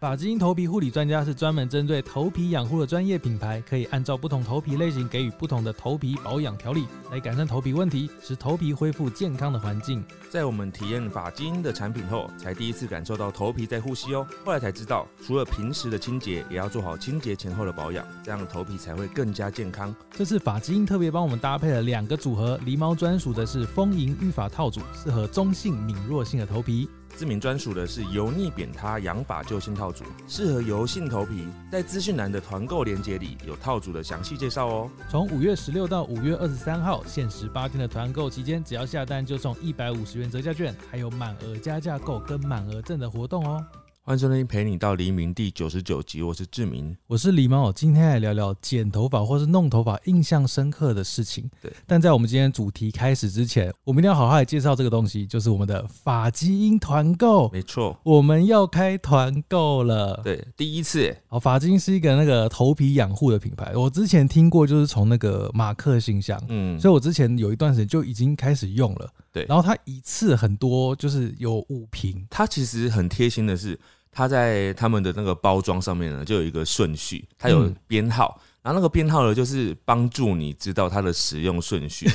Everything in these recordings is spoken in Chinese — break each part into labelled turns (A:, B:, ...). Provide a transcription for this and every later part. A: 法基因头皮护理专家是专门针对头皮养护的专业品牌，可以按照不同头皮类型给予不同的头皮保养调理，来改善头皮问题，使头皮恢复健康的环境。
B: 在我们体验法基因的产品后，才第一次感受到头皮在呼吸哦。后来才知道，除了平时的清洁，也要做好清洁前后的保养，这样头皮才会更加健康。
A: 这次法基因特别帮我们搭配了两个组合，狸猫专属的是丰盈育发套组，适合中性敏弱性的头皮。
B: 志明专属的是油腻扁塌养发救星套组，适合油性头皮。在资讯栏的团购链接里有套组的详细介绍哦。
A: 从五月十六到五月二十三号，限时八天的团购期间，只要下单就送一百五十元折价券，还有满额加价购跟满额赠的活动哦。
B: 欢迎收听《陪你到黎明》第九十九集，我是志明。
A: 我是狸猫，今天来聊聊剪头发或是弄头发印象深刻的事情。
B: 对，
A: 但在我们今天主题开始之前，我们一定要好好来介绍这个东西，就是我们的发基因团购，
B: 没错，
A: 我们要开团购了。
B: 对，第一次耶
A: 好，法金是一个那个头皮养护的品牌，我之前听过，就是从那个马克信箱，
B: 嗯，
A: 所以我之前有一段时间就已经开始用了。
B: 对
A: 然后它一次很多，就是有五瓶，
B: 它其实很贴心的是，它在他们的那个包装上面呢，就有一个顺序，它有
A: 嗯
B: 编号。然后那个编号呢，就是帮助你知道它的使用顺序。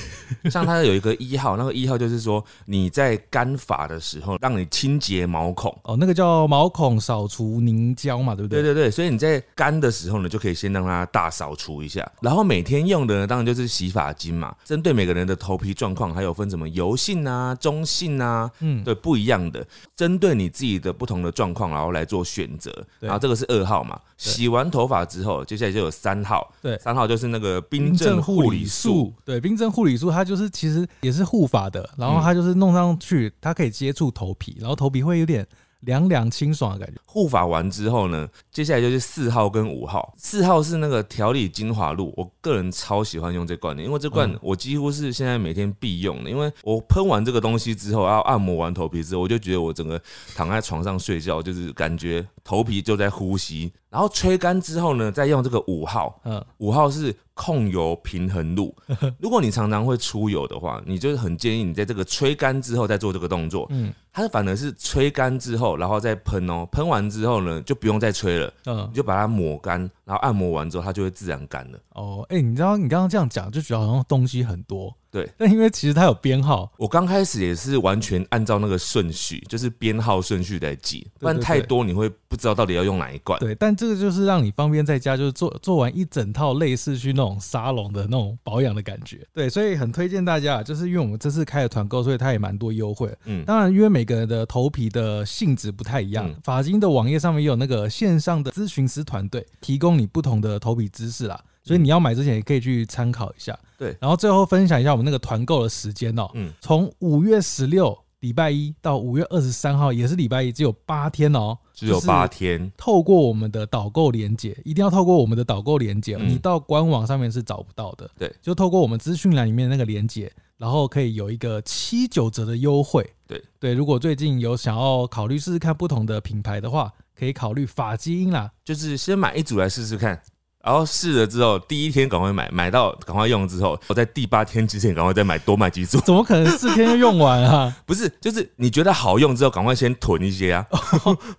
B: 像它有一个一号，那个一号就是说你在干发的时候，让你清洁毛孔。
A: 哦，那个叫毛孔扫除凝胶嘛，对不
B: 对
A: 对？
B: 对对，所以你在干的时候呢，就可以先让它大扫除一下。然后每天用的呢，当然就是洗发精嘛。针对每个人的头皮状况，还有分什么油性啊、中性啊，
A: 嗯，
B: 对，不一样的，针对你自己的不同的状况，然后来做选择。
A: 对
B: 然后这个是二号嘛，
A: 对
B: 洗完头发之后，接下来就有三号，
A: 对
B: 三号就是那个冰镇护理素，，
A: 对，冰镇护理素它就是其实也是护发的，然后它就是弄上去，它可以接触头皮，然后头皮会有点凉凉清爽的感觉。
B: 护发完之后呢，接下来就是四号跟五号，四号是那个调理精华露，我个人超喜欢用这罐的，因为这罐
A: 嗯
B: 我几乎是现在每天必用的，因为我喷完这个东西之后，然后按摩完头皮之后，我就觉得我整个躺在床上睡觉，就是感觉头皮就在呼吸，然后吹干之后呢，再用这个五号，
A: 嗯，
B: 五号是控油平衡露。如果你常常会出油的话，你就是很建议你在这个吹干之后再做这个动作。
A: 嗯
B: 嗯，它反而是吹干之后，然后再喷哦。喷完之后呢，就不用再吹了，
A: 嗯
B: 你，就把它抹干，然后按摩完之后，它就会自然干了。
A: 哦，哎、你知道你刚刚这样讲，就觉得好像东西很多，
B: 对。
A: 但因为其实它有编号，
B: 我刚开始也是完全按照那个顺序，就是编号顺序来记，不然
A: 对对
B: 太多你会不知道到底要用哪一罐。
A: 对，但这个就是让你方便在家，就是做做完一整套类似去那种沙龙的那种保养的感觉。对，所以很推荐大家，就是因为我们这次开了团购，所以它也蛮多优惠。
B: 嗯
A: 当然，因为每个人的头皮的性质不太一样
B: 嗯，
A: 法金的网页上面也有那个线上的咨询师团队提供你不同的头皮知识啦，所以
B: 嗯
A: 你要买之前也可以去参考一下。
B: 对
A: 然后最后分享一下我们那个团购的时间哦，
B: 嗯，
A: 从五月十六礼拜一到五月二十三号也是礼拜一，只有八天哦，
B: 只有
A: 就是
B: 八天。
A: 透过我们的导购连接，一定要透过我们的导购连接，
B: 嗯
A: 你到官网上面是找不到的。
B: 对，
A: 就透过我们资讯栏里面那个连接，然后可以有一个七九折的优惠。
B: 对
A: 对，如果最近有想要考虑试试看不同的品牌的话，可以考虑法基因啦。
B: 就是先买一组来试试看，然后试了之后，第一天赶快买，买到赶快用之后，我在第八天之前赶快再买多买几组。
A: 怎么可能四天就用完啊？
B: 不是，就是你觉得好用之后，赶快先囤一些啊。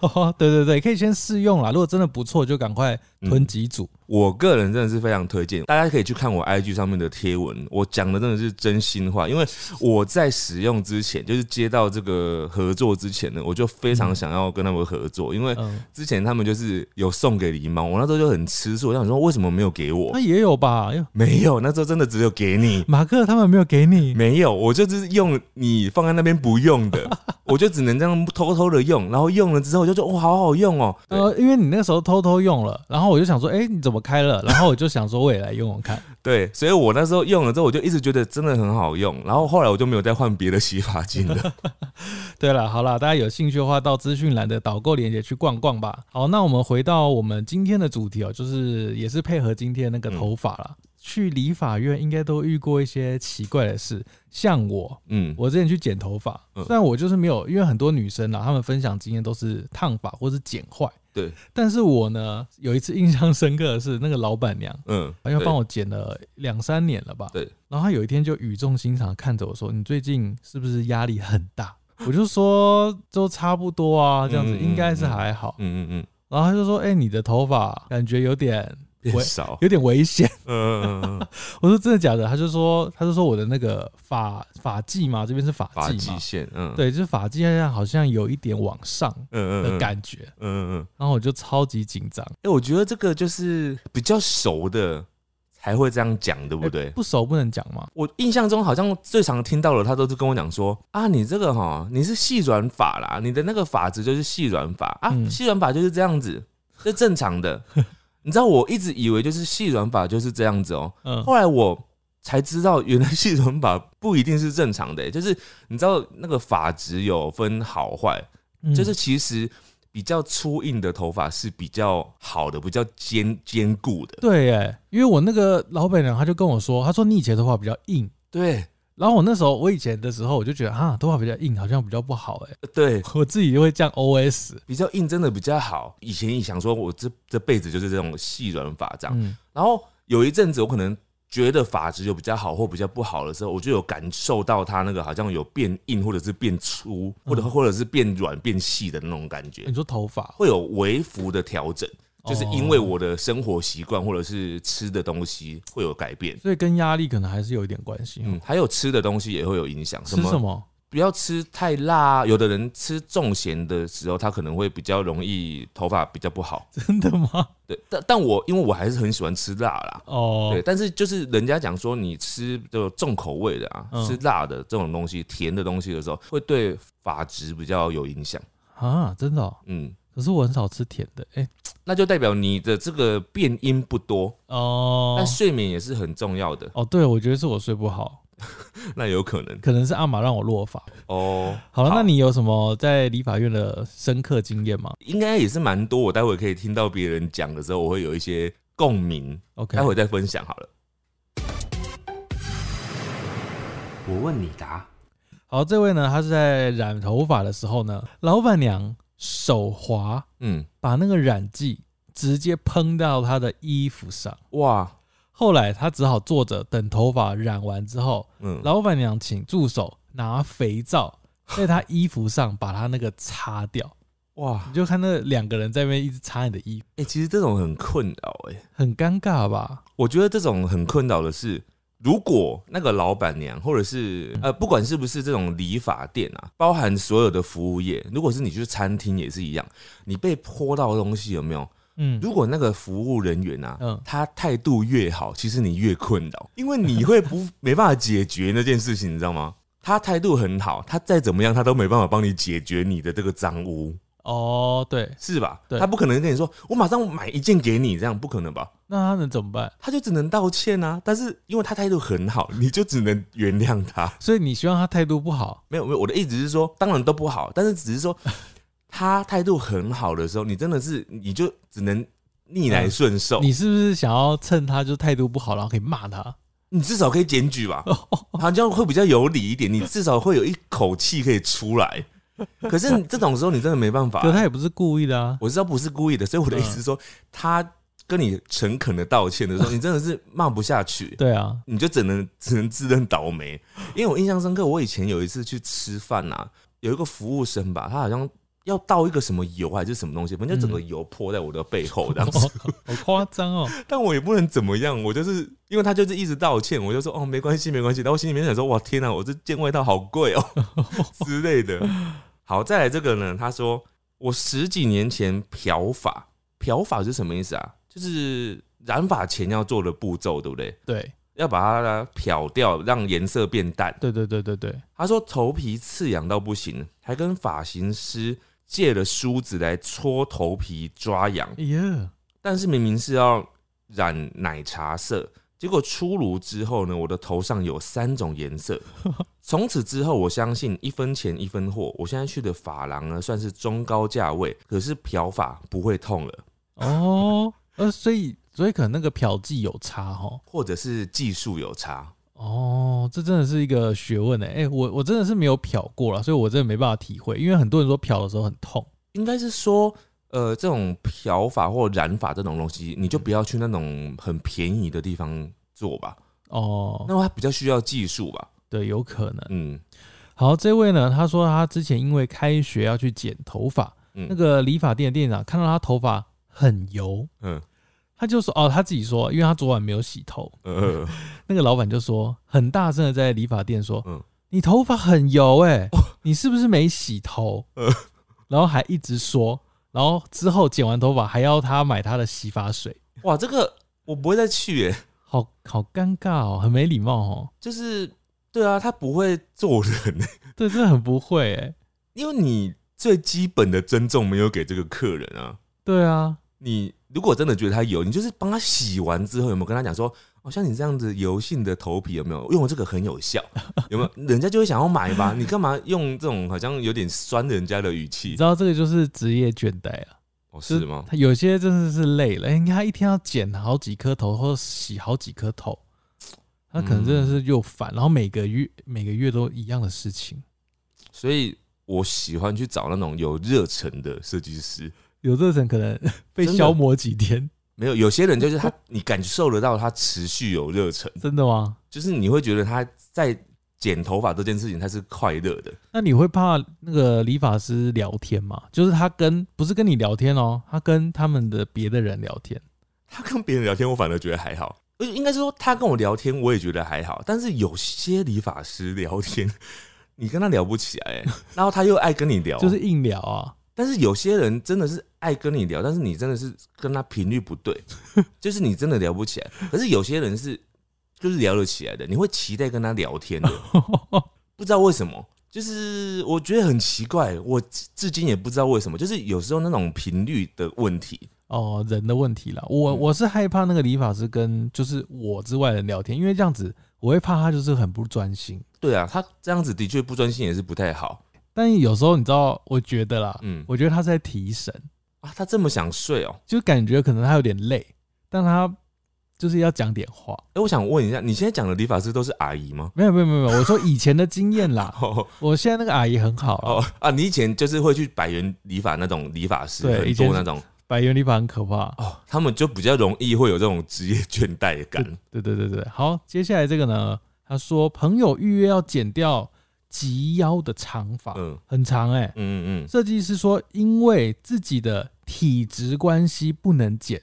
A: 哦，对对对，可以先试用啦。如果真的不错，就赶快囤几组。
B: 我个人真的是非常推荐，大家可以去看我 IG 上面的贴文，我讲的真的是真心话，因为我在使用之前，就是接到这个合作之前呢，我就非常想要跟他们合作，因为
A: 嗯，
B: 之前他们就是有送给狸猫，我那时候就很吃醋，我想说为什么没有给我
A: 那、？也有吧？哎呦
B: 没有，那时候真的只有给你。
A: 马克他们没有给你，
B: 没有，我就是用你放在那边不用的，我就只能这样偷偷的用，然后用了之后我就说哇、好好用哦。对
A: 呃，因为你那时候偷偷用了，然后我就想说，哎、你怎么开了？然后我就想说，我也来用用 看。
B: 对，所以我那时候用了之后，我就一直觉得真的很好用，然后后来我就没有再换别的洗发精 了。
A: 对了，好了，大家有兴趣的话，到资讯栏的导购链接去逛逛吧。好，那我们回到我们今天的主题哦、就是也是配合今天那个头发啦。
B: 嗯
A: 去理发院应该都遇过一些奇怪的事，像我，
B: 嗯，
A: 我之前去剪头发，
B: 嗯
A: 虽然我就是没有，因为很多女生啊啦，她们分享经验都是烫发或是剪坏，
B: 对，
A: 但是我呢，有一次印象深刻的是那个老板娘。
B: 嗯，
A: 啊因为帮
B: 我
A: 我剪了两三年了吧。
B: 对。
A: 然后他有一天就语重心长地看着我说：“你最近是不是压力很大？”我就说：“都差不多啊，这样子
B: 嗯嗯
A: 应该是还好。
B: 嗯嗯嗯，
A: 然后他就说：“哎、你的头发感觉有点
B: 变
A: 喂
B: 少，
A: 有点危险。
B: 嗯嗯嗯嗯，”
A: 我说：“真的假的？”他就说：“他就说我的那个发发际嘛，这边是发
B: 发
A: 际
B: 际
A: 嘛，
B: 线，嗯，，
A: 对，就是发际线好像有一点往上
B: 嗯嗯
A: 的
B: 嗯，
A: 感觉。
B: 嗯嗯嗯，
A: 然后我就超级紧张，
B: 哎、我觉得这个就是比较熟的才会这样讲，对不对？
A: 不熟不能讲嘛。
B: 我印象中好像最常听到的，他都是跟我讲说啊，你这个哈，你是细软发啦，你的那个发质就是细软发啊
A: 嗯，
B: 细软发就是这样子，这正 常的。你知道我一直以为就是细软发就是这样子哦、
A: 嗯，
B: 后来我才知道原来细软发不一定是正常的、欸就是你知道那个发质有分好坏，
A: 嗯
B: 就是其实比较粗硬的头发是比较好的，比较坚坚固的，
A: 对耶，因为我那个老板娘她就跟我说，她说你以前头发比较硬，
B: 对
A: 然后我那时候我以前的时候我就觉得哈，头发比较硬好像比较不好哎，
B: 对。
A: 我自己就会这样 OS。
B: 比较硬，真的比较好。以前一想说，我这这辈子就是这种细软发这样。
A: 嗯
B: 然后有一阵子，我可能觉得发质有比较好或比较不好的时候，我就有感受到它那个好像有变硬，或者是变粗，或
A: 嗯
B: 者或者是变软变细的那种感觉
A: 你，说头发
B: 会有微幅的调整，就是因为
A: 哦
B: 我的生活习惯或者是吃的东西会有改变。
A: 所以跟压力可能还是有一点关系。
B: 嗯，还有吃的东西也会有影响，
A: 吃什么？
B: 不要吃太辣啊。有的人吃重咸的时候，他可能会比较容易头发比较不好。
A: 真的吗？
B: 对，但但我因为我还是很喜欢吃辣啦。
A: 哦
B: 对，，但是就是人家讲说，你吃就重口味的啊，
A: 嗯
B: 吃辣的这种东西、甜的东西的时候，会对发质比较有影响。
A: 啊，真的哦、
B: 嗯，
A: 可是我很少吃甜的，哎、
B: 那就代表你的这个变音不多，
A: 哦
B: 但睡眠也是很重要的。
A: 哦，对，我觉得是我睡不好，
B: 那有可能
A: 可能是阿玛让我落发。
B: 哦。
A: 好了，
B: 好
A: 那你有什么在理法院的深刻经验吗
B: 应该也是蛮多，我待会可以听到别人讲的时候，我会有一些共鸣，
A: ？OK，
B: 待会再分享好了。
C: 我问你答。
A: 好，这位呢，他是在染头发的时候呢，老板娘手滑
B: 嗯，
A: 把那个染剂直接喷到他的衣服上，
B: 哇，
A: 后来他只好坐着等头发染完之后，
B: 嗯，
A: 老板娘请助手拿肥皂在他衣服上把他那个擦掉，
B: 哇，
A: 你就看那两个人在那边一直擦你的衣服，
B: 哎、其实这种很困扰哎、
A: 很尴尬吧？
B: 我觉得这种很困扰的是，如果那个老板娘或者是呃，不管是不是这种理发店啊，包含所有的服务业，如果是你去餐厅也是一样，你被泼到的东西有没有？
A: 嗯，
B: 如果那个服务人员啊，
A: 嗯
B: 他态度越好，其实你越困扰，因为你会不没办法解决那件事情，你知道吗？他态度很好，他再怎么样，他都没办法帮你解决你的这个脏污，
A: 哦，对，
B: 是吧？
A: 对
B: 他不可能跟你说，我马上买一件给你，这样不可能吧？
A: 那他能怎么办？
B: 他就只能道歉啊。但是因为他态度很好，你就只能原谅他。
A: 所以你希望他态度不好，
B: 没有没有，我的意思是说，当然都不好，但是 只是说他态度很好的时候，你真的是你就只能逆来顺受。
A: 嗯你是不是想要趁他就态度不好，然后可以骂他？
B: 你至少可以检举吧，好像会比较有理一点，你至少会有一口气可以出来。可是你这种时候你真的没办法、
A: 可他也不是故意的啊。
B: 我知道不是故意的，所以我的意思是说，他跟你诚恳的道歉的时候，你真的是骂不下去。
A: 对啊，
B: 你就只能只能自认倒霉。因为我印象深刻，我以前有一次去吃饭呐、有一个服务生吧，他好像要倒一个什么油还是什么东西，反正就整个油泼在我的背后这 样子。
A: 好夸张哦。
B: 但我也不能怎么样，我就是因为他就是一直道歉，我就说哦没关系没关系。然后我心里面想说哇天哪、我这件外套好贵哦 之类的。好，再来这个呢，他说我十几年前漂发，漂发是什么意思啊？就是染发前要做的步骤，对不对？
A: 对
B: 要把它漂掉，让颜色变淡。
A: 对对对对对，
B: 他说头皮刺痒到不行，还跟发型师借了梳子来搓头皮抓痒，
A: 哎呀，
B: 但是明明是要染奶茶色，结果出炉之后呢，我的头上有三种颜 色。从此之后，我相信一分钱一分货。我现在去的发廊呢，算是中高价位，可是漂发不会痛了，
A: 哦，呃，所以所以可能那个漂剂有差哦。
B: 或者是技术有差。
A: 哦，这真的是一个学问呢。哎、我我真的是没有漂过啦，所以我真的没办法体会，因为很多人说漂的时候很痛。
B: 应该是说，呃，这种漂法或染法这种东西，你就不要去那种很便宜的地方做吧，
A: 哦，
B: 那它比较需要技术吧。
A: 对，有可能。
B: 嗯
A: 好，这位呢，他说他之前因为开学要去剪头发，
B: 嗯
A: 那个理发店的店长看到他头发很油，
B: 嗯
A: 他就说哦，他自己说，因为他昨晚没有洗头。
B: 呃，
A: 那个老板就说，很大声的在理发店说，
B: 嗯
A: 你头发很油哎、你是不是没洗头？然后还一直说，然后之后剪完头发还要他买他的洗发水，
B: 哇，这个我不会再去耶，
A: 好好尴尬哦，很没礼貌哦。
B: 就是对啊，他不会做人耶，
A: 对，真的很不会哎、
B: 因为你最基本的尊重没有给这个客人啊。
A: 对啊，
B: 你如果真的觉得他油，你就是帮他洗完之后，有没有跟他讲说，哦，像你这样子油性的头皮有没有用这个很有效？ 有没有？人家就会想要买吧？你干嘛用这种好像有点酸人家的语
A: 你
B: 气
A: 知？道这个就是职业倦怠啊。
B: 哦，
A: 就是
B: 吗？
A: 他有些真的是累了，哎、你看他一天要剪好几颗头，或者洗好几颗头，他可能真的是又烦，然后每个月每个月都一样的事情。
B: 所以我喜欢去找那种有热忱的设计师。
A: 有热忱可 能被
B: 真的
A: 消磨几天，
B: 没有，有些人就是他，你感受得到他持续有热忱，
A: 真的吗？
B: 就是你会觉得他在剪头发这件事情他是快乐的。
A: 那你会怕那个理发师聊天吗？就是他跟不是跟你聊天哦，他跟他们的别的人聊天。
B: 他跟别人聊天，我反而觉得还好。呃，应该是说他跟我聊天，我也觉得还好。但是有些理发师聊天，你跟他聊不起 来、欸然后他又爱跟你聊，
A: 就是硬聊啊，
B: 但是有些人真的是爱跟你聊，但是你真的是跟他频率不 对，就是你真的聊不起来。可是有些人是就是聊得起来的，你会期待跟他聊天的，不知道为什么。就是我觉得很奇怪，我至至今也不知道为什么，就是有时候那种频率的问题，
A: 哦，人的问题啦。我
B: 嗯
A: 我是害怕那个理发师跟就是我之外的人聊天，因为这样子我会怕他就是很不专心。
B: 对啊，他这样子的确不专心也是不太好
A: 但有时候你知道，我觉得啦，
B: 嗯
A: 我觉得他是在提神，
B: 啊。他这么想睡哦、
A: 就感觉可能他有点累，但他就是要讲点话。
B: 哎、我想问一下，你现在讲的理发师都是阿姨吗？
A: 没有没有没有，没有我说以前的经验啦，
B: 哦
A: 我现在那个阿姨很好
B: 哦
A: 哦，
B: 啊，你以前就是会去百元理发那种理发师，
A: 对
B: 很
A: 以前
B: 多
A: 是
B: 那种
A: 百元理发很可怕。
B: 哦，他们就比较容易会有这种职业倦怠感。
A: 对对对对，好，接下来这个呢，他说朋友预约要剪掉及腰的长发，
B: 嗯
A: 很长哎、
B: 嗯嗯
A: 设计师说因为自己的体质关系不能剪，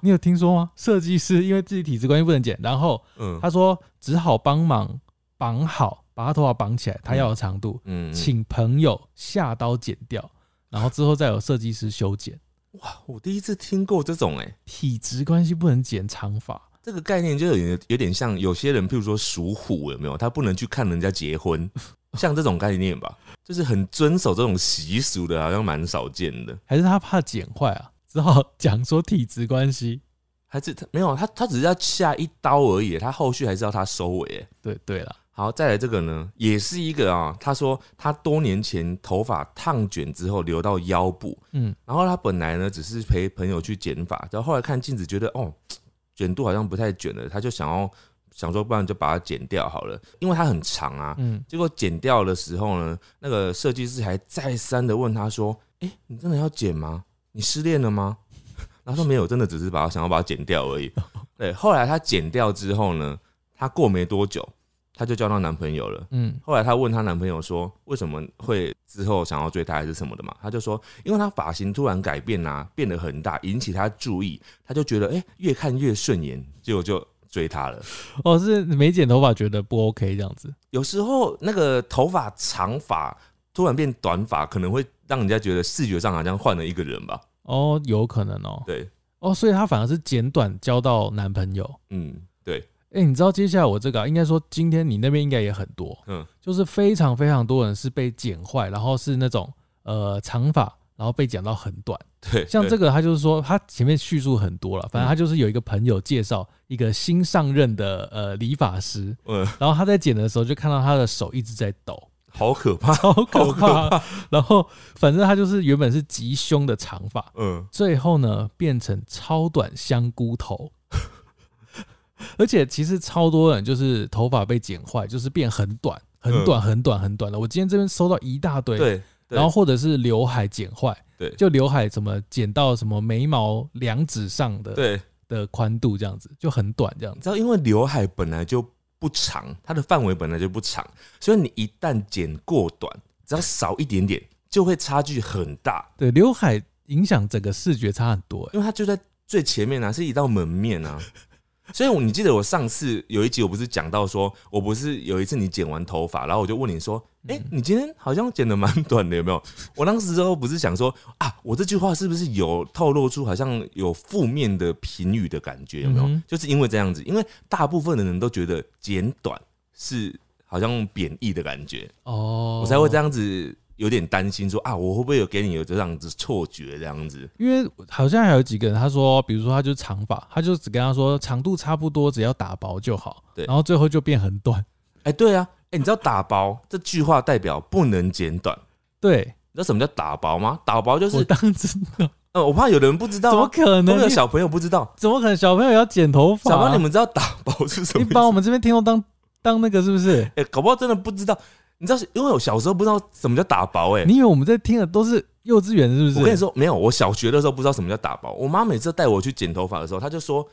A: 你有听说吗？设计师因为自己体质关系不能剪，然后
B: 嗯
A: 他说只好帮忙绑好，把他头发绑起来，他要的长度，
B: 嗯，嗯
A: 请朋友下刀剪掉，然后之后再有设计师修剪。
B: 哇，我第一次听过这种哎、
A: 体质关系不能剪长发，
B: 这个概念就有点有点像有些人，譬如说属虎有没有？他不能去看人家结婚，像这种概念吧，就是很遵守这种习俗的，好像蛮少见的。
A: 还是他怕剪坏啊？只好讲说体质关系。
B: 还是他没有他，他只是要下一刀而已，他后续还是要他收尾耶。
A: 对对了，
B: 好，再来这个呢，也是一个啊。他说他多年前头发烫卷之后留到腰部，
A: 嗯，
B: 然后他本来呢只是陪朋友去剪发，然后后来看镜子觉得哦，卷度好像不太卷了，他就想要想说，不然就把它剪掉好了，因为它很长啊。
A: 嗯，
B: 结果剪掉的时候呢，那个设计师还再三的问他说：“哎、你真的要剪吗？你失恋了吗？” 他说：“没有，真的只是把想要把它剪掉而已。”对，后来他剪掉之后呢，她过没多久，她就交到男朋友了。
A: 嗯，
B: 后来她问她男朋友说，为什么会之后想要追她还是什么的嘛？她就说，因为她发型突然改变啊，变得很大，引起她注意，她就觉得哎、诶越看越顺眼，结果就追她了。
A: 哦，是没剪头发觉得不 OK 这样子，
B: 有时候那个头发长发突然变短发，可能会让人家觉得视觉上好像换了一个人吧。
A: 哦，有可能哦，
B: 对，
A: 哦，所以她反而是剪短交到男朋友。
B: 嗯，对，
A: 哎、你知道接下来我这个、啊、应该说今天你那边应该也很多，
B: 嗯，
A: 就是非常非常多人是被剪坏，然后是那种呃长发，然后被剪到很短。
B: 对，
A: 像这
B: 个，
A: 个，他就是说他前面叙述很多了，反正他就是有一个朋友介绍一个新上任的呃理发师，
B: 嗯，
A: 然后他在剪的时候就看到他的手一直在抖，
B: 好可怕，
A: 好可怕。然后反正他就是原本是极凶的长发，
B: 嗯，
A: 最后呢变成超短香菇头。 而且其实超多人就是头发被剪坏，就是变很短、很短、很短、很短的。我今天这边收到一大堆，
B: 嗯对，对
A: 然后或者是刘海剪坏，
B: 对
A: 就刘海怎么剪到什么眉毛两指上的
B: 对，
A: 的宽度这样子，就很短这样
B: 你
A: 子。
B: 知道，因为刘海本来就不长，它的范围本来就不长，所以你一旦剪过短，只要少一点点，就会差距很大，
A: 对，刘海影响整个视觉差很多、欸。
B: 因为它就在最前面啊，是一道门面啊。 所以我你记得我上次有一集我不是讲到说，我不是有一次你剪完头发，然后我就问你说，哎、
A: 嗯
B: 你今天好像剪的蛮短的，有没 有？我当时之后不是想说啊，我这句话是不是有透露出好像有负面的评语的感觉，有没有？
A: 嗯哼
B: 就是因为这样子，因为大部分的人都觉得剪短是好像贬义的感觉，
A: 哦，
B: 我才会这样子有点担心说啊，我会不会有给你有这样子错觉这样子？
A: 因为好像还有几个人，他说，比如说他就是长发，他就只跟他说长度差不多，只要打薄就好。
B: 对
A: 然后最后就变很短。
B: 哎、对啊，哎、你知道打包这句话代表不能剪短。
A: 对，
B: 你知道什么叫打薄吗？打薄就是
A: 我，当然知 道，
B: 呃，我怕有人不知道、
A: 怎么
B: 啊，
A: 可
B: 会
A: 能？
B: 有
A: 你
B: 小朋友不知道。
A: 怎么可能小朋友要剪头发、
B: 小朋友，你们知道打薄是什么
A: 你
B: 意
A: 把我
B: 思？
A: 们这边听众当当那个是不是？
B: 哎、搞不好真的不知道。你知道，因为我小时候不知道什么叫打薄、哎，
A: 你以为我们在听的都是幼稚园是不是？
B: 我跟你，说，没有，我小学的时候不知道什么叫打薄。我妈每次带我去剪头发的时候，她就说，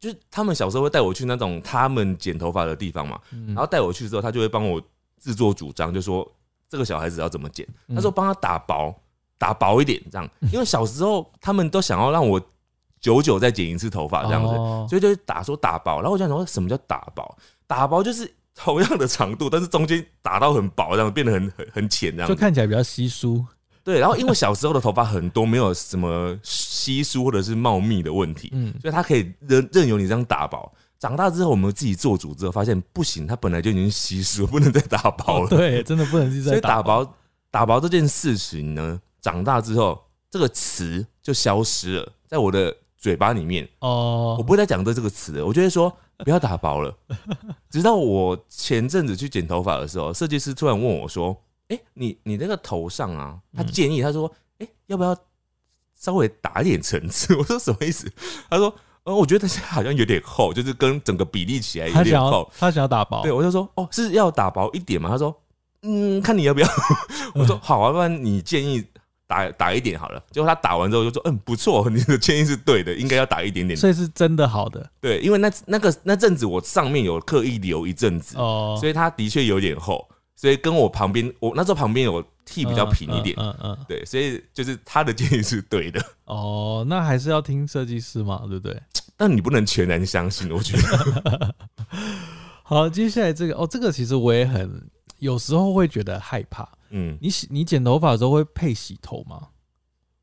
B: 就是他们小时候会带我去那种他们剪头发的地方嘛，
A: 嗯
B: 然后带我去之后，她就会帮我自作主张，就说这个小孩子要怎么剪。
A: 嗯
B: 她说帮他打薄，打薄一点 这样，因为小时候他们都想要让我久久再剪一次头发这样子，
A: 哦
B: 所以就是打说打薄，然后我就想说什么叫打薄？打薄就是同样的长度，但是中间打到很薄，这样变得很很很浅这样
A: 就
B: 子。
A: 看起来比较稀疏。
B: 对，然后因为小时候的头发很多，没有什么稀疏或者是茂密的问题，
A: 嗯，
B: 所以它可以任任由你这样打薄。长大之后，我们自己做主之后，发现不行，它本来就已经稀疏，不能再打薄了。
A: 嗯哦 对，真的不能是
B: 所
A: 在
B: 以打薄打薄这件事情呢，长大之后这个词就消失了，在我的嘴巴里面，
A: 哦
B: 我。不会再讲这这个词了。我就会说不要打薄了。 直到我前阵子去剪头发的时候，设计师突然问我说：“哎、你你那个头上啊？”他
A: 嗯
B: 建议他说：“哎、要不要稍微打一点层次？” 我说：“什么意思？”他说：“呃，我觉得现在好像有点厚，就是跟整个比例起来有
A: 他
B: 点
A: 想要哦
B: 厚。
A: 他想要打”薄
B: 对，，我就说：“哦，是要打薄一点吗？”他说：“嗯，看你要不 要。” 我说：“好啊，不然你建议。”打打一点好了，结果他打完之后就说：“嗯，不错，你的建议是对的，应该要打一点点。”
A: 所以是真的好的
B: 对，因为那那个那阵子我上面有刻意留一阵子，
A: 哦。
B: 所以它的确有点厚，所以跟我旁边我那时候旁边有剃比较平一点，
A: 嗯嗯嗯嗯
B: 对，所以就是他的建议是对的，
A: 哦，那还是要听设计师嘛，对不对？
B: 但你不能全然相信，我 觉得
A: 好，接下来这个哦，这个其实我也很有时候会觉得害怕。
B: 嗯，
A: 你洗你剪头发的时候会配洗头吗？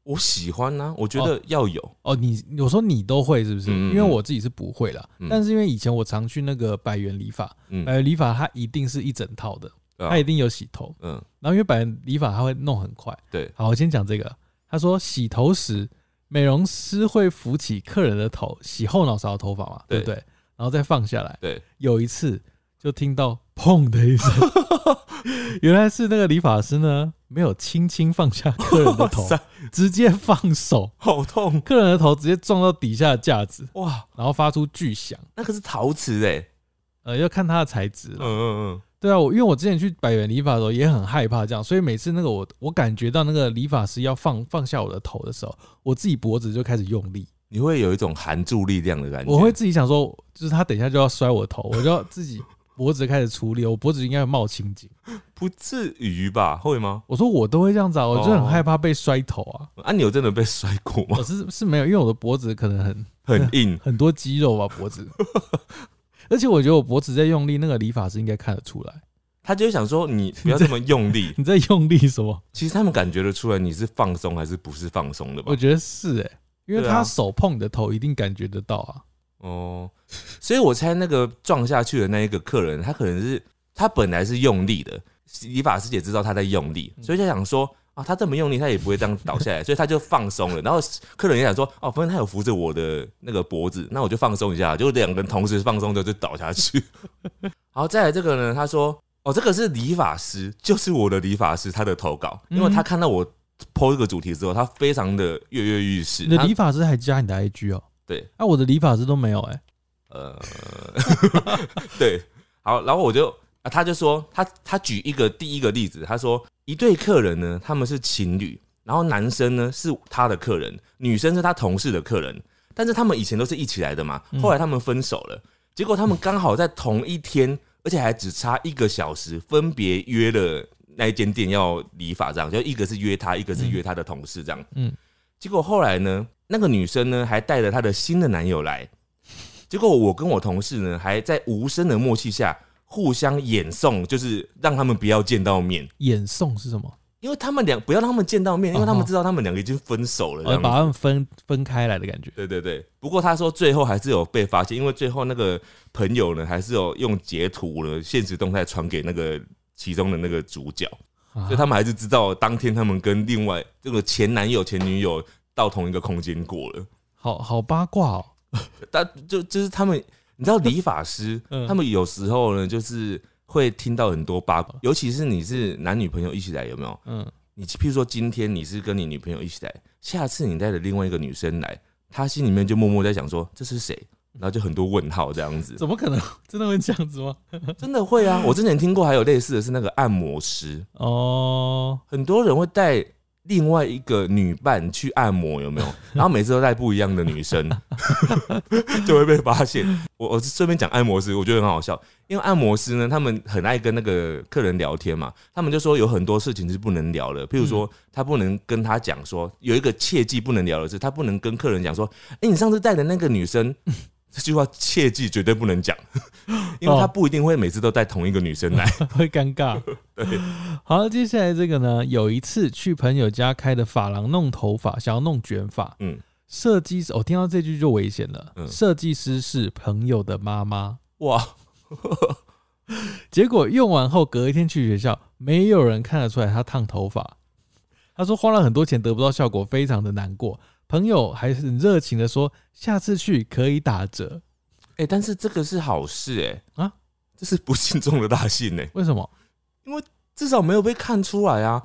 B: 我喜欢呢、我觉得要有，
A: 哦，你有时候你都会是不是？
B: 嗯嗯嗯
A: 因为我自己是不会啦，
B: 嗯
A: 但是因为以前我常去那个百元理发，
B: 嗯
A: 百元理发它一定是一整套的，
B: 对
A: 它一
B: 吧？
A: 定有洗头。
B: 嗯，
A: 然后因为百元理发它会弄很快。
B: 对，
A: 好，我先讲这个。他说洗头时，美容师会扶起客人的头，洗后脑勺的头发嘛，对
B: 对
A: 不对？然后再放下来。
B: 对，
A: 有一次就听到砰的一 声，原来是那个理发师呢没有轻轻放下客人的头
B: 哇塞，
A: 直接放手，
B: 好痛
A: 客人的头直接撞到底下的架子，
B: 哇，
A: 然后发出巨响。
B: 那个是陶瓷哎、
A: 呃，要看它的材质了。
B: 嗯嗯
A: 对啊，我因为我之前去百元理发的时候也很害怕这样，所以每次那个我我感觉到那个理发师要放放下我的头的时候，我自己脖子就开始用力，
B: 你会有一种含住力量的感觉，
A: 我会自己想说，就是他等一下就要摔我头，我就要自己脖子开始出力，我脖子应该会冒青筋。
B: 不至于吧？会吗？
A: 我说我都会这样子啊，我就很
B: 哦
A: 害怕被摔头 啊。
B: 啊，你有真的被摔过吗
A: 我？是是没有，因为我的脖子可能很
B: 很硬，
A: 很多肌肉吧，脖子。 而且我觉得我脖子在用力，那个理发师应该看得出来。
B: 他就会想说你不要这么用力，
A: 你在用力什 么？
B: 其实他们感觉得出来你是放松还是不是放松的吧
A: 我？觉得是哎、因为
B: 对啊
A: 他手碰你的头，一定感觉得到啊。
B: 哦，所以我猜那个撞下去的那一个客人，他可能是他本来是用力的，理发师也知道他在用力，
A: 嗯
B: 所以就想说啊，他这么用力，他也不会这样倒 下来，所以他就放松了。然后客人也想说，哦，反正他有扶着我的那个脖子，那我就放松一下，就两个人同时放松就就倒 下去。好，再来这个呢，他说。哦，这个是理发师，就是我的理发师，他的投稿，因为
A: 嗯
B: 他看到我剖这个主题之后，他非常的跃跃欲试。
A: 你的
B: 他
A: 理发师还加你的 IG 哦？
B: 对，
A: 啊，我的理发师都没有哎、
B: 呃， 对，好，然后我就啊，他就说他他举一个第一个例子，他说一对客人呢，他们是情侣，然后男生呢是他的客人，女生是他同事的客人，但是他们以前都是一起来的嘛，后来他们分手了，结果他们刚好在同一天，而且还只差一个小时，分别约了。那一间店要理发，这样就一个是约她，一个是约她的同事，这样。
A: 嗯
B: 嗯，结果后来呢，那个女生呢还带着她的新的男友来，结果我跟我同事呢还在无声的默契下互相演送，就是让他们不要见到面。
A: 演送是什么？
B: 因为他们两不要让他们见到面，因为他们知道他们两个已经分手了。这
A: 呃，
B: 样子
A: 把他们分分开来的感 觉。
B: 对对对，不过他说最后还是有被发现，因为最后那个朋友呢，还是有用截图呢，现实动态传给那个其中的那个主角，
A: 啊
B: 所以他们还是知道当天他们跟另外这个前男友、前女友到同一个空间过了。
A: 好好八卦哦。，
B: 但就就是他们，你知道理发师
A: 嗯
B: 他们有时候呢，就是会听到很多八卦，尤其是你是男女朋友一起来，有没有？
A: 嗯，
B: 你譬如说今天你是跟你女朋友一起来，下次你带了另外一个女生来，她心里面就默默在想说这是谁，然后就很多问号这样子，
A: 怎么可能 真的会这样子吗？
B: 真的会啊！我之前听过还有类似的是那个按摩师，
A: 哦，
B: 很多人会带另外一个女伴去按摩，有没有？然后每次都带不一样的女生， 就会被发现。我我顺便讲按摩师，我觉得很好笑，因为按摩师呢，他们很爱跟那个客人聊天嘛，他们就说有很多事情是不能聊的，譬如说他不能跟他讲说有一个切记不能聊的是，他不能跟客人讲说，哎、你上次带的那个女生。 这句话切记绝对不能讲，因为他不一定会每次都带同一个女生来。
A: 会尴尬。好，接下来这个呢，有一次去朋友家开的发廊弄头发，想要弄卷发，
B: 嗯，
A: 设计师，我、哦听到这句就危险了。
B: 嗯
A: 设计师是朋友的妈妈，
B: 哇，
A: 结果用完后隔一天去学校，没有人看得出来他烫头发。他说花了很多钱得不到效果，非常的难过。朋友还很热情的说，下次去可以打折。
B: 哎、但是这个是好事
A: 啊
B: 哎、啊，这是不幸中的大幸哎、
A: 为什么？
B: 至少没有被看出来啊。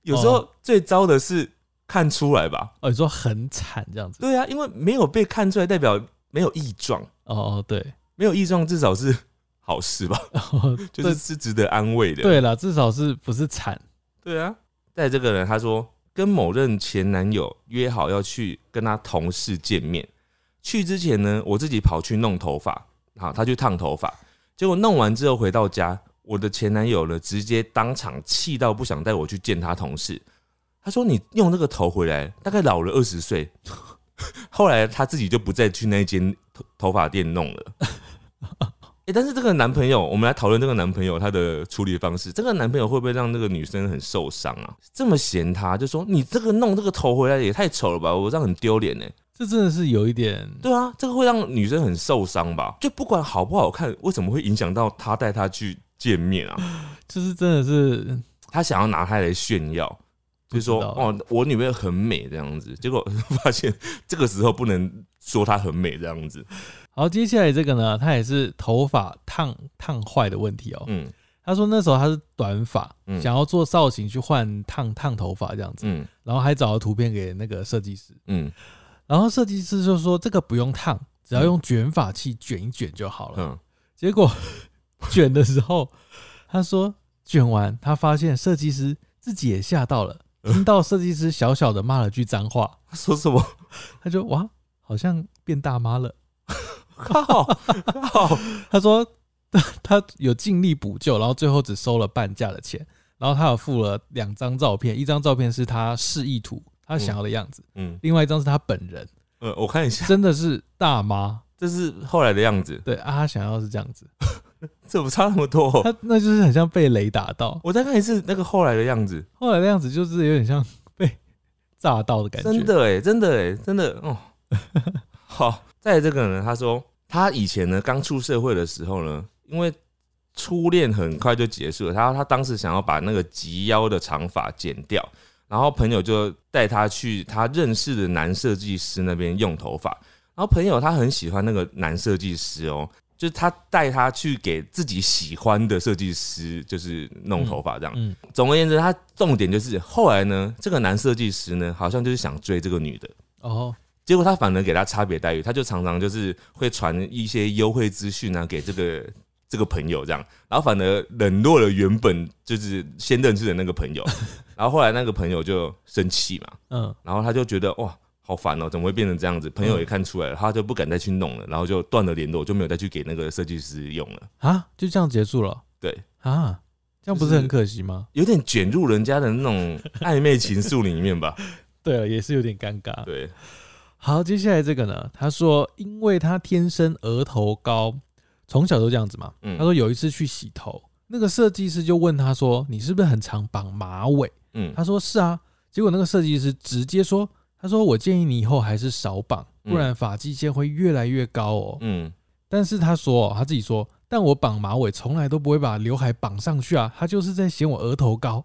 B: 有时
A: 哦
B: 候最糟的是看出来吧？
A: 哦，你说很惨这样子？
B: 对啊，因为没有被看出来，代表没有异状，
A: 哦哦，对，
B: 没有异状至少是好事吧，
A: 哦
B: 就是是值得安慰的。
A: 对对了，至少是不是惨？
B: 对啊，在这个人他说跟某任前男友约好要去跟他同事见面，去之前呢，我自己跑去弄头发，好，他去烫头发，结果弄完之后回到家，我的前男友呢直接当场气到不想带我去见他同事，他说你用那个头回来，大概老了二十岁。 后来他自己就不再去那间头头发店弄了。哎、但是这个男朋友，我们来讨论这个男朋友他的处理方式。这个男朋友会不会让这个女生很受伤啊？这么嫌他，就说你这个弄这个头回来也太丑了吧，我这样很丢脸呢。
A: 这真的是有一点
B: 对啊，这个会让女生很受伤吧？就不管好不好看，为什么会影响到他带她去见面啊？
A: 就是真的是
B: 他想要拿她来炫耀，就是说
A: 不知道
B: 哦，我女朋友很美这样子。结果 发现这个时候不能说她很美这样子。
A: 好。接下来这个呢，他也是头发烫烫坏的问题哦。
B: 嗯
A: 他说那时候他是短发，
B: 嗯
A: 想要做造型去换烫烫头发这样子，
B: 嗯
A: 然后还找了图片给那个设计师，
B: 嗯
A: 然后设计师就说这个不用烫，只要用卷发器卷一卷就好了。
B: 嗯，
A: 结果卷的时候，他说卷完，他发现设计师自己也吓到了，听到设计师小小的骂了句脏话，
B: 他说什么？
A: 他就哇，好像变大妈了。
B: 靠靠！
A: 他说 他他有尽力补救，然后最后只收了半价的钱，然后他有附了两张照片，一张照片是他示意图，他想要的样子，
B: 嗯
A: 另外一张是他本人，
B: 呃，我看一下，
A: 真的是大妈。
B: 这是后来的样子，
A: 对啊，他想要是这样子，
B: 这不差那么多哦、
A: 他那就是很像被雷打到，
B: 我再看一次那个后来的样子，
A: 后来那样子就是有点像被炸到的感觉。
B: 真，的哎、真的哎、真的哦。 好，再来这个呢，他说他以前呢刚出社会的时候呢，因为初恋很快就结束了，他他当时想要把那个及腰的长发剪掉，然后朋友就带他去他认识的男设计师那边用头发，然后朋友他很喜欢那个男设计师哦。就是他带他去给自己喜欢的设计师，就是弄头发这样。
A: 嗯，
B: 总而言之，他重点就是后来呢，这个男设计师呢，好像就是想追这个女的，
A: 哦，
B: 结果他反而给她差别待遇，他就常常就是会传一些优惠资讯啊给这个这个朋友这样，然后反而冷落了原本就是先认识的那个朋友，然后后来那个朋友就生气嘛，
A: 嗯，
B: 然后他就觉得哇。好烦哦、怎么会变成这样子？朋友也看出来了，他就不敢再去弄了，然后就断了联络，就没有再去给那个设计师用了。
A: 啊，就这样结束了。
B: 对
A: 啊，这样不是很可惜吗？
B: 有点卷入人家的那种暧昧情愫里面吧？
A: 对了，也是有点尴尬。
B: 对，
A: 好，接下来这个呢？他说，因为他天生额头高，从小都这样子嘛。
B: 嗯
A: 他说有一次去洗头，那个设计师就问他说：“你是不是很常绑马尾
B: 嗯？”
A: 他说：“是啊。”结果那个设计师直接说：“他说我建议你以后还是少绑，
B: 嗯
A: 不然发际线会越来越高哦。
B: 嗯，
A: 但是他说哦他自己说，但我绑马尾从来都不会把刘海绑上去啊，他就是在嫌我额头高。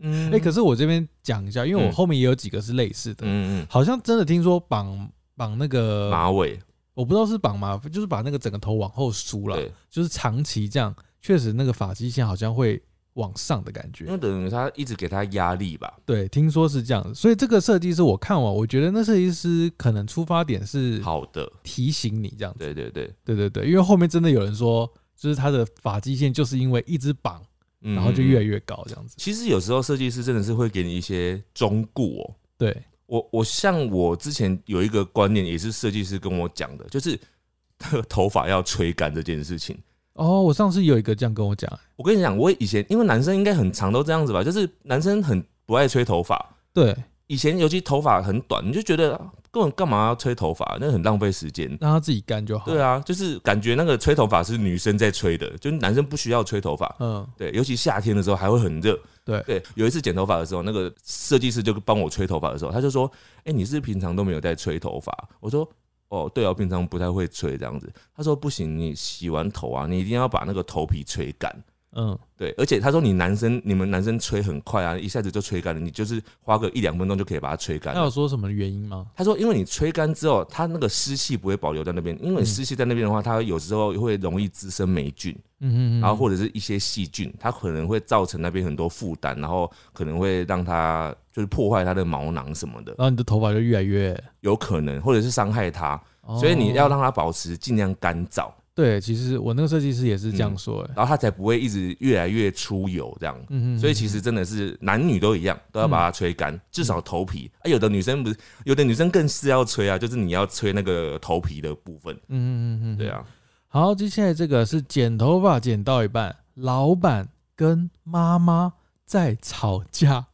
B: 嗯
A: 哎、可是我这边讲一下，因为我
B: 嗯
A: 后面也有几个是类似的，
B: 嗯
A: 好像真的听说绑绑那
B: 嗯，
A: 个
B: 马尾，
A: 我不知道是绑吗，就是把那个整个头往后梳了，
B: 对，
A: 就是长期这样，确实那个发际线好像会往上的感
B: 因
A: 觉。
B: 为等于他一直给他压力吧，
A: 对，听说是这样子，所以这个设计师我看完，我觉得那设计师可能出发点是
B: 好的，
A: 提醒你这样子。
B: 对对对，
A: 对对对，因为后面真的有人说，就是他的发际线就是因为一直绑，
B: 嗯
A: 然后就越来
B: 嗯嗯
A: 越高这样子。
B: 其实有时候设计师真的是会给你一些忠固哦。
A: 对，
B: 我我像我之前有一个观念，也是设计师跟我讲的，就是 头发要吹干这件事情。
A: 哦，我上次有一个这样跟我讲，哎
B: 我跟你讲，我以前因为男生应该很长都这样子吧，就是男生很不爱吹头发，
A: 对，
B: 以前尤其头发很短，你就觉得啊根本干嘛要吹头发，那很浪费时间。
A: 让他自己干就好。
B: 对
A: 啊，
B: 啊，就是感觉那个吹头发是女生在吹的，就是男生不需要吹头发。
A: 嗯，
B: 对，尤其夏天的时候还会很热。
A: 对
B: 对，有一次剪头发的时候，那个设计师就帮我吹头发的时候，他就说：“哎、你是不是平常都没有在吹头发？”我说：“哦，对啊，平常不太会吹这样子。”他说：“不行，你洗完头啊，你一定要把那个头皮吹干。”
A: 嗯，
B: 对，而且他说你男生你们男生吹很快啊，一下子就吹干了，你就是花个一两分钟就可以把它吹干
A: 他
B: 了
A: 有。说什么原因吗？
B: 他说，因为你吹干之后，它那个湿气不会保留在那边，因为
A: 嗯
B: 湿气在那边的话，它有时候会容易滋生霉菌，
A: 嗯嗯嗯，
B: 然后或
A: 者
B: 者是一些细菌，它可能会造成那边很多负担，然后可能会让它就是破坏它的毛囊什么的，
A: 然后你的头发就越来越，
B: 有可能或者是伤害它，
A: 哦
B: 所以你要让它保持尽量干燥，
A: 对，其实我那个设计师也是这样
B: 嗯
A: 说、欸，
B: 然后它才不会一直越来越出油这样。
A: 嗯嗯，嗯
B: 所以其实真的是男女都一样，都要把它吹干，至少头皮。啊，有的女生不是，有的女生更是要吹啊，就是你要吹那个头皮的部分。
A: 嗯嗯嗯嗯，
B: 对。啊，
A: 好，接下来这个是剪头发剪到一半，老板跟妈妈在吵架。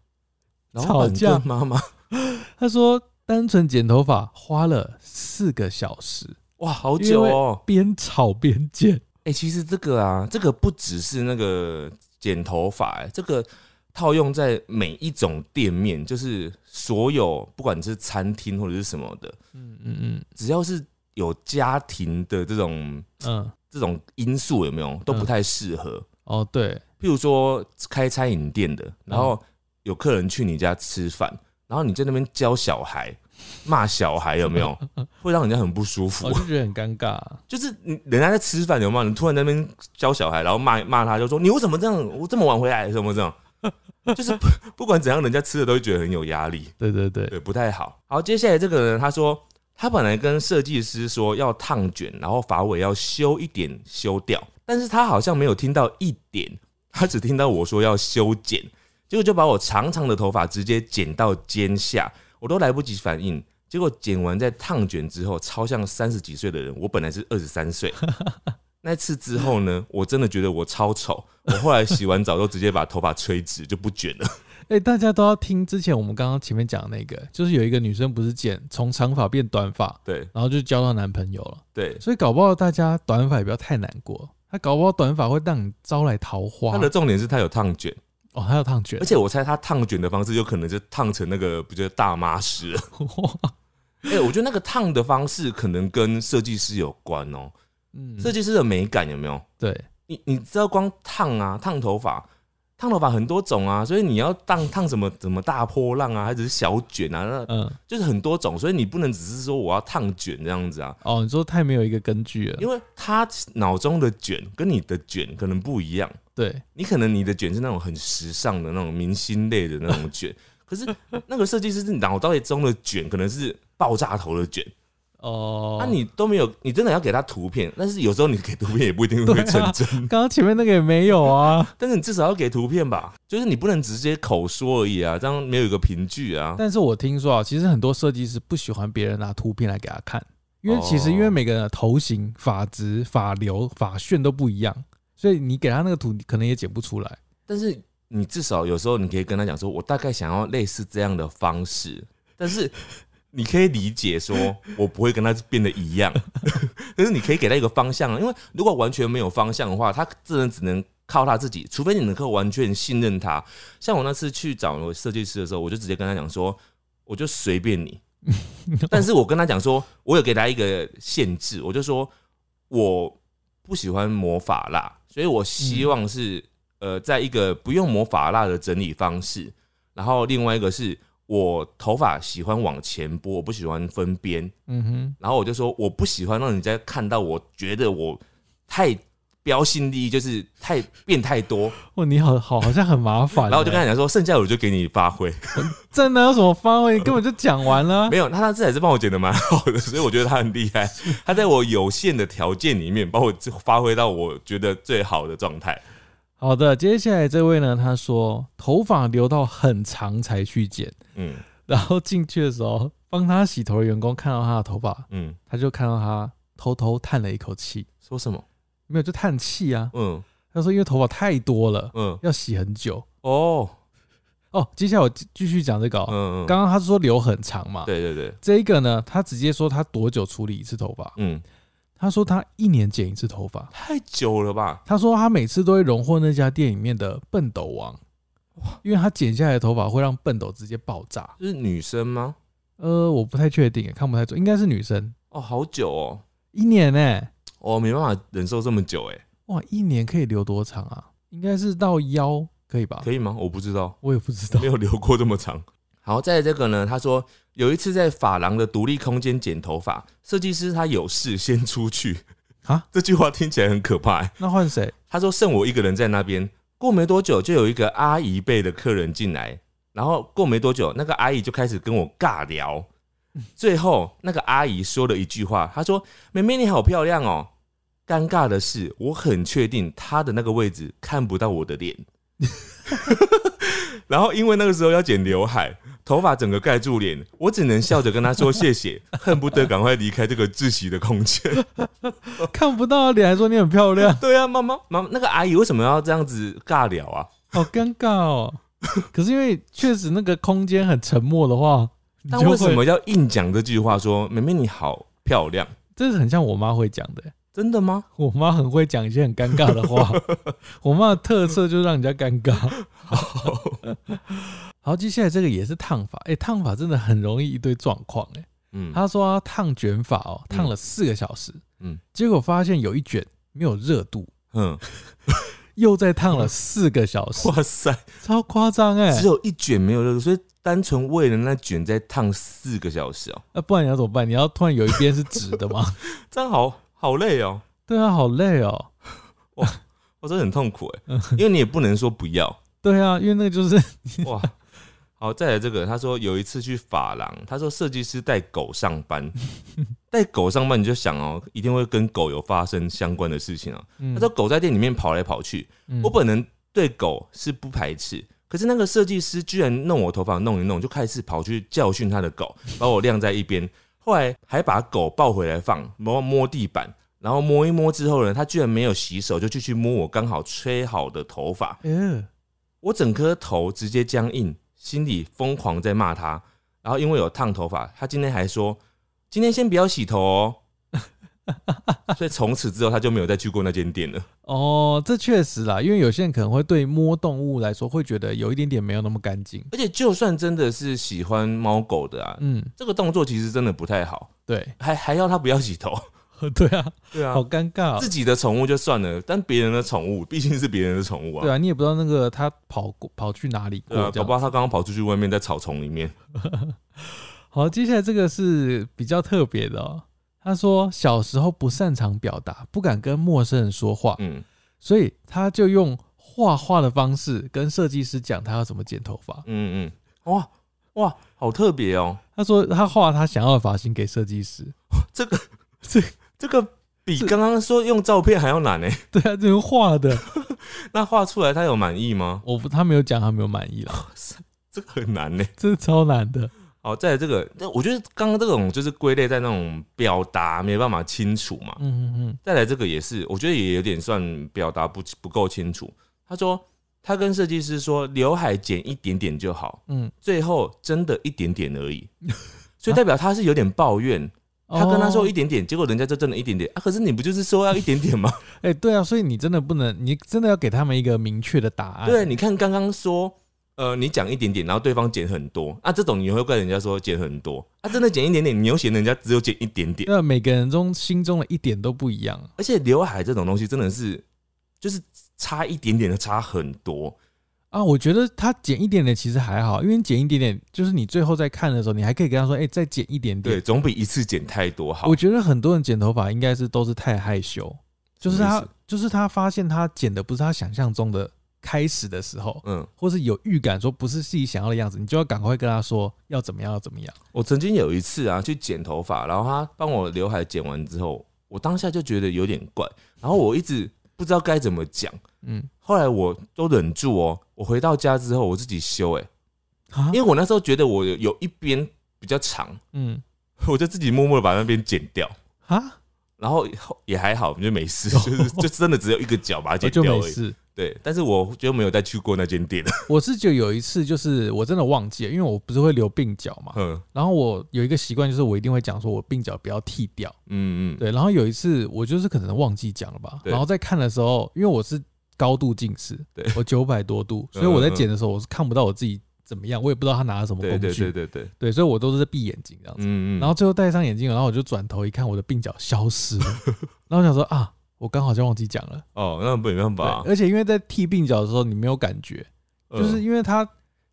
B: 老板
A: 吵架
B: 跟妈妈，
A: 他说，单纯剪头发花了四个小时，
B: 哇，好久哦。
A: 边吵边剪。
B: 哎、其实这个啊，这个不只是那个剪头发、哎这个套用在每一种店面，就是所有不管是餐厅或者是什么的，
A: 嗯嗯嗯
B: 只要是有家庭的这种
A: 嗯，
B: 这种因素，有没有都不太适合。
A: 哦对，
B: 譬如说开餐饮店的，然后有客人去你家吃饭，然后你在那边教小孩、骂小孩，有没有？会让人家很不舒服
A: 我。哦就觉得很尴尬。啊
B: 就是你人家在吃饭，有没有？你突然在那边教小孩，然后骂骂他，就说你为什么这样？我这么晚回来，怎么这样？就是不 不管怎样，人家吃的都会觉得很有压力，
A: 对对对，
B: 对，不太好。好，接下来这个人他说，他本来跟设计师说要烫卷，然后发尾要修一点修掉，但是他好像没有听到一点，他只听到我说要修剪，结果就把我长长的头发直接剪到肩下，我都来不及反应。结果剪完再烫卷之后，超像三十几岁的人。我本来是二十三岁，那次之后呢，我真的觉得我超丑。我后来洗完澡都直接把头发吹直，就不卷了。
A: 哎、大家都要听之前我们刚刚前面讲的那个，就是有一个女生不是剪从长发变短发，
B: 对
A: 然后就交到男朋友了。
B: 对，
A: 所以搞不好大家短发也不要太难过，他搞不好短发会让你招来桃花
B: 他。的重点是他有烫卷。
A: 哦，还有烫卷
B: 而，且我猜他烫卷的方式有可能是烫成那个，不就是大妈式了？哎、我觉得那个烫的方式可能跟设计师有关哦、
A: 嗯，
B: 设计师的美感有没有？
A: 对，
B: 你你知道光烫啊，烫头发，烫头发很多种啊，所以你要烫烫什么什么大波浪啊，还是小卷啊，那
A: 嗯，
B: 就是很多种，所以你不能只是说我要烫卷这样子啊，
A: 哦，你说太没有一个根据了，
B: 因为他脑中的卷跟你的卷可能不一样。
A: 对，
B: 你可能你的卷是那种很时尚的那种明星类的那种卷， 可是那个设计师是脑袋中的卷，可能是爆炸头的卷。
A: 哦，
B: 那、啊你都没有，你真的要给他图片，但是有时候你给图片也不一定
A: 对
B: 会
A: 啊
B: 成真，
A: 刚刚前面那个也没有 啊，
B: 但是你至少要给图片吧，就是你不能直接口说而已啊，这样没有一个凭据啊。
A: 但是我听说啊，其实很多设计师不喜欢别人拿图片来给他看，因为其实
B: 哦
A: 因为每个人的头型、发质、发流、发旋都不一样，所以你给他那个图，可能也剪不出来。
B: 但是你至少有时候你可以跟他讲说，我大概想要类似这样的方式，但是你可以理解说，我不会跟他变得一样，但是你可以给他一个方向啊，因为如果完全没有方向的话，他真的只能。靠他自己，除非你能够完全信任他。像我那次去找我设计师的时候，我就直接跟他讲说，我就随便你，但是我跟他讲说，我有给他一个限制，我就说我不喜欢魔法蜡，所以我希望是、呃，在一个不用魔法蜡的整理方式，然后另外一个是我头发喜欢往前拨，我不喜欢分边，
A: 嗯哼，
B: 然后我就说我不喜欢让人家看到我觉得我太标新立异，就是太变太多，
A: 哦，你好好好像很麻烦欸。
B: 然后我就跟他讲说，剩下我就给你发 挥。
A: 这哪有什么方位？你根本就讲完 了啊
B: 没。有，那他这还是帮我剪的蛮好的， 所以我觉得他很厉害。他在我有限的条件里面，把我发挥到我觉得最好的状态。
A: 好的，接下来这位呢，他说头发留到很长才去剪，
B: 嗯
A: 然后进去的时候帮他洗头的员工看到他的头发，
B: 嗯，
A: 他就看到他偷偷叹了一口气，
B: 说什么？
A: 没有就叹气啊。
B: 嗯
A: 他说因为头发太多了，
B: 嗯，
A: 要洗很久。
B: 哦，
A: 哦，接下来我继继续讲这个、哦。
B: 嗯嗯，
A: 刚刚他说留很长嘛，
B: 对对对，
A: 这一个呢，他直接说他多久处理一次头发？
B: 嗯，
A: 他说他一年剪一次头发。
B: 太久了吧？
A: 他说他每次都会荣获那家店里面的笨斗王，因为他剪下来的头发会让笨斗直接爆炸。
B: 就是女生吗？
A: 呃，我不太确定，看不太准，应该是女生，
B: 哦，好久哦，
A: 一年呢、
B: 我、没办法忍受这么久，哎，
A: 哇，一年可以留多长啊？应该是到腰可以吧？
B: 可以吗？我不知道，
A: 我也不知道
B: 没。有留过这么长。 好，在这个呢，他说有一次在发廊的独立空间剪头发，设计师他有事先出去
A: 啊，
B: 这句话听起来很可怕、欸。
A: 那换谁？
B: 他说剩我一个人在那边。过没多久，就有一个阿姨辈的客人进来，然后过没多久，那个阿姨就开始跟我尬聊。最后，那个阿姨说了一句话，她说：“妹妹你好漂亮哦。”尴尬的是，我很确定她的那个位置看不到我的脸。 然后，因为那个时候要剪刘海，头发整个盖住脸，我只能笑着跟她说谢谢，恨不得赶快离开这个窒息的空间。
A: 看不到脸还说你很漂 亮，
B: 对啊，妈妈妈妈，那个阿姨为什么要这样子尬聊啊？
A: 好尴尬哦。可是因为确实那个空间很沉默的话，你
B: 但
A: 就
B: 为什
A: 会
B: 么？要硬讲这句话说妹妹你好漂亮？
A: 这是很像我妈会讲的欸、
B: 真的吗？
A: 我妈很会讲一些很尴尬的话， 我妈的特色就是让人家尴 尬。好，接下来这个也是烫发，哎、烫发真的很容易一堆状况，哎，
B: 嗯，
A: 他说他烫卷发哦，烫了四个小时，
B: 嗯
A: 结果发现有一卷没有热度，
B: 嗯，
A: 又再烫了四个小时，
B: 哇 塞，
A: 超夸张哎
B: 只！有一卷没有热度，所以单纯为了那卷再烫四个小时哦、
A: 那、啊不然你要怎么办？你要突然有一边是直的吗？
B: 这样好好累哦、
A: 对啊，好累哦。
B: 我真的很痛苦哎、 因为你也不能说不 要
A: 对啊，因为那个就是
B: 哇。好，再来这个，他说有一次去发廊，他说设计师带狗上 班，带狗上班你就想哦、一定会跟狗有发生相关的事情啊、他说狗在店里面跑来跑去，
A: 嗯
B: 我本人对狗是不排斥，可是那个设计师居然弄我头发弄一弄，就开始跑去教训他的狗， 把我晾在一边，后来还把狗抱回来放，摸摸地板，然后摸一摸之后呢，他居然没有洗手，就继续摸我刚好吹好的头发，
A: 嗯，
B: 我整颗头直接僵硬，心里疯狂在骂他。然后因为有烫头发，他今天还说今天先不要洗头哦。 所以从此之后，他就没有再去过那间店了。
A: 哦，这确实啦，因为有些人可能会对摸动物来说会觉得有一点点没有那么干净。
B: 而且，就算真的是喜欢猫狗的啊，
A: 嗯，
B: 这个动作其实真的不太好，
A: 对，
B: 还还要它不要洗头。
A: 对啊，
B: 对啊
A: 好，尴尬、
B: 自
A: 哦。
B: 己的宠物就算了，但别人的宠物毕竟是别人的宠物
A: 对
B: 啊。
A: 啊，你也不知道那个他跑过跑去哪里过
B: 对啊，
A: 这
B: 搞
A: 样
B: 不好它刚刚跑出去外面，在草丛里面。
A: 好，接下来这个是比较特别的、哦。他说小时候不擅长表达，不敢跟陌生人说话，
B: 嗯，
A: 所以他就用画画的方式跟设计师讲他要怎么剪头发。
B: 嗯嗯，哇哇，好特别哦！
A: 他说他画他想要的发型给设计师。
B: 这个
A: 这
B: 这个比
A: 这
B: 刚刚说用照片还要难呢。
A: 对啊，这用画的，
B: 那画出来他有满意吗？
A: 我不他没有讲他没有满意啦，
B: 这个很难呢。欸
A: 这是超难的。
B: 好，再来这个，那我觉得刚刚这种就是归类在那种表达没办法清楚嘛。
A: 嗯嗯嗯，
B: 再来这个也是，我觉得也有点算表达不不够清楚。他说他跟设计师说刘海剪一点点就好，
A: 嗯，
B: 最后真的一点点而已，所以代表他是有点抱怨。他跟他说
A: 哦
B: 一点点，结果人家就真的一点点啊！可是你不就是说要一点点吗？
A: 哎、对啊，所以你真的不能，你真的要给他们一个明确的答案。
B: 对，你看刚刚说，呃，你讲一点点，然后对方减很多，啊，这种你会怪人家说减很多，啊，真的减一点点，你又嫌人家只有减一点点，
A: 那每个人中心中的一点都不一样。
B: 而且刘海这种东西真的是，就是差一点点的差很多，
A: 啊，我觉得他减一点点其实还好，因为你减一点点，就是你最后在看的时候，你还可以跟他说：“哎、再减一点
B: 对，
A: 点。
B: 总比一次减太多”好
A: 我。觉得很多人剪头发应该是都是太害羞，就是
B: 什么意
A: 他
B: 思
A: 就是他发现他剪的不是他想象中的开始的时候，
B: 嗯，
A: 或是有预感说不是自己想要的样子，你就要赶快跟他说要怎么样要怎么样。
B: 我曾经有一次啊，去剪头发，然后他帮我刘海剪完之后，我当下就觉得有点怪，然后我一直不知道该怎么讲，
A: 嗯
B: 后来我都忍住哦、我回到家之后我自己修、欸，
A: 啊
B: 因为我那时候觉得我有有一边比较长，
A: 嗯
B: 我就自己默默的把那边剪掉，
A: 啊，
B: 然后也还好，就没事， 就是就真的只有一个角把它
A: 我
B: 剪
A: 就
B: 掉
A: 没
B: 而已。
A: 事。
B: 对，但是我就没有再去过那间店了。
A: 我是就有一次，就是我真的忘记了，因为我不是会留鬓角嘛，
B: 嗯
A: 然后我有一个习惯，就是我一定会讲说我鬓角不要剃掉。
B: 嗯嗯，
A: 对，然后有一次我就是可能忘记讲了吧，
B: 对
A: 然后在看的时候，因为我是高度近视
B: 对，
A: 我九百多度，
B: 嗯
A: 所以我在剪的时候我是看不到我自己怎么样，我也不知道他拿了什么工
B: 对
A: 具，
B: 对对对对，
A: 对所以我都是闭眼睛这样子。
B: 嗯嗯，
A: 然后最后戴上眼镜，然后我就转头一看，我的鬓角消失了， 然后我想说啊，我刚好像忘记讲了。
B: 哦，那没办法，
A: 对，而且因为在剃鬓角的时候你没有感觉，
B: 嗯
A: 就是因为它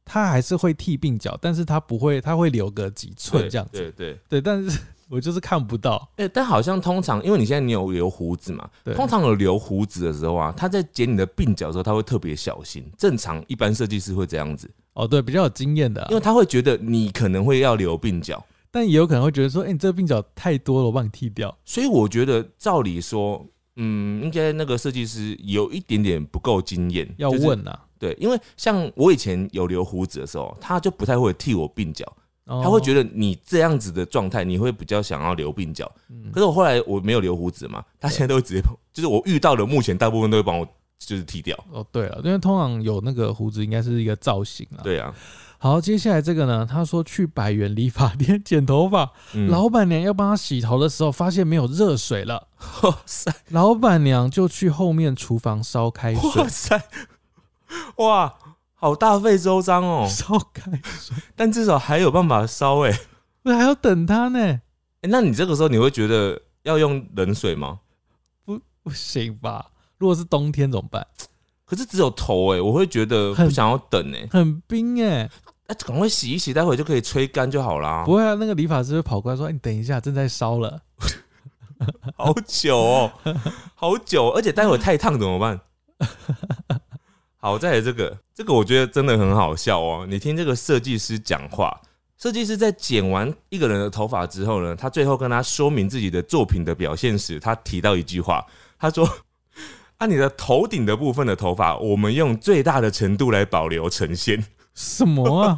A: 它还是会剃鬓角，但是它不会，它会留个几寸
B: 对
A: 这样子。
B: 对对。
A: 对，但是 我就是看不到。
B: 哎、但好像通常，因为你现在你有留胡子嘛，
A: 对
B: 通常有留胡子的时候啊，他在剪你的鬓角的时候，他会特别小心。正常一般设计师会这样子，
A: 哦，对，比较有经验的啊、
B: 因为他会觉得你可能会要留鬓角，
A: 但也有可能会觉得说，哎、你这个鬓角太多了，我帮你剃掉。
B: 所以我觉得，照理说，嗯，应该那个设计师有一点点不够经验，
A: 要
B: 就是
A: 问啊，
B: 对，因为像我以前有留胡子的时候，他就不太会剃我鬓角，他
A: 他
B: 会觉
A: 得，
B: 得你这样子的状态，你会比较想要留鬓角。
A: 嗯
B: 可是我后来我没有留胡子嘛，他现在都会直接帮，就是我遇到的目前大部分都会帮我就是剃掉。
A: 哦，对了，因为通常有那个胡子，应该是一个造型啊。，
B: 对啊，
A: 好，接下来这个呢，他说去百元理发店 剪头发，
B: 嗯
A: 老板娘要帮他洗头的时候，发现没有热水了，
B: 哇塞，
A: 老板娘就去后面厨房烧开水
B: 哇，塞，哇，好大费周章哦，
A: 烧开水，
B: 但至少还有办法烧哎、
A: 那还要等他呢，
B: 欸那你这个时候你会觉得要用冷水吗？
A: 不行吧？如果是冬天怎么办？
B: 可是只有头哎、我会觉得不想要等哎、
A: 很冰哎、
B: 那赶快洗一洗，待会就可以吹干就好啦
A: 不。会啊，那个理发师会跑过来说：“哎、你等一下，正在烧了。
B: 好久哦，好久，哦而且待会太烫怎么办？好，再来这个，这个我觉得真的很好笑哦。你听这个设计师讲话，设计师在剪完一个人的头发之后呢，他最后跟他说明自己的作品的表现时，他提到一句话，他说：“ 啊，你的头顶的部分的头发，我们用最大的程度来保留呈现。”
A: 什么 啊？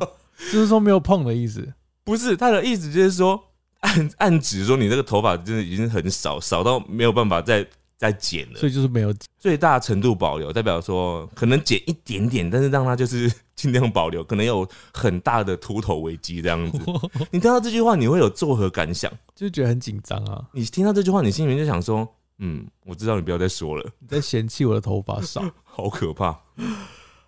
A: 就是说没有碰的意思。
B: 不是他的意思，就是说暗暗指说你这个头发真的已经很少，少到没有办法再再剪了
A: 所，以就是没有
B: 最大程度保留，代表说可能剪一点点，但是让它就是 尽量保留，可能有很大的秃头危机 这样子。你听到这句话，你会有作何感想？
A: 就觉得很紧张啊！
B: 你听到这句话，你心里面就想说，嗯，我知道你不要再说了，
A: 你在嫌弃我的头发 少。
B: 好可怕。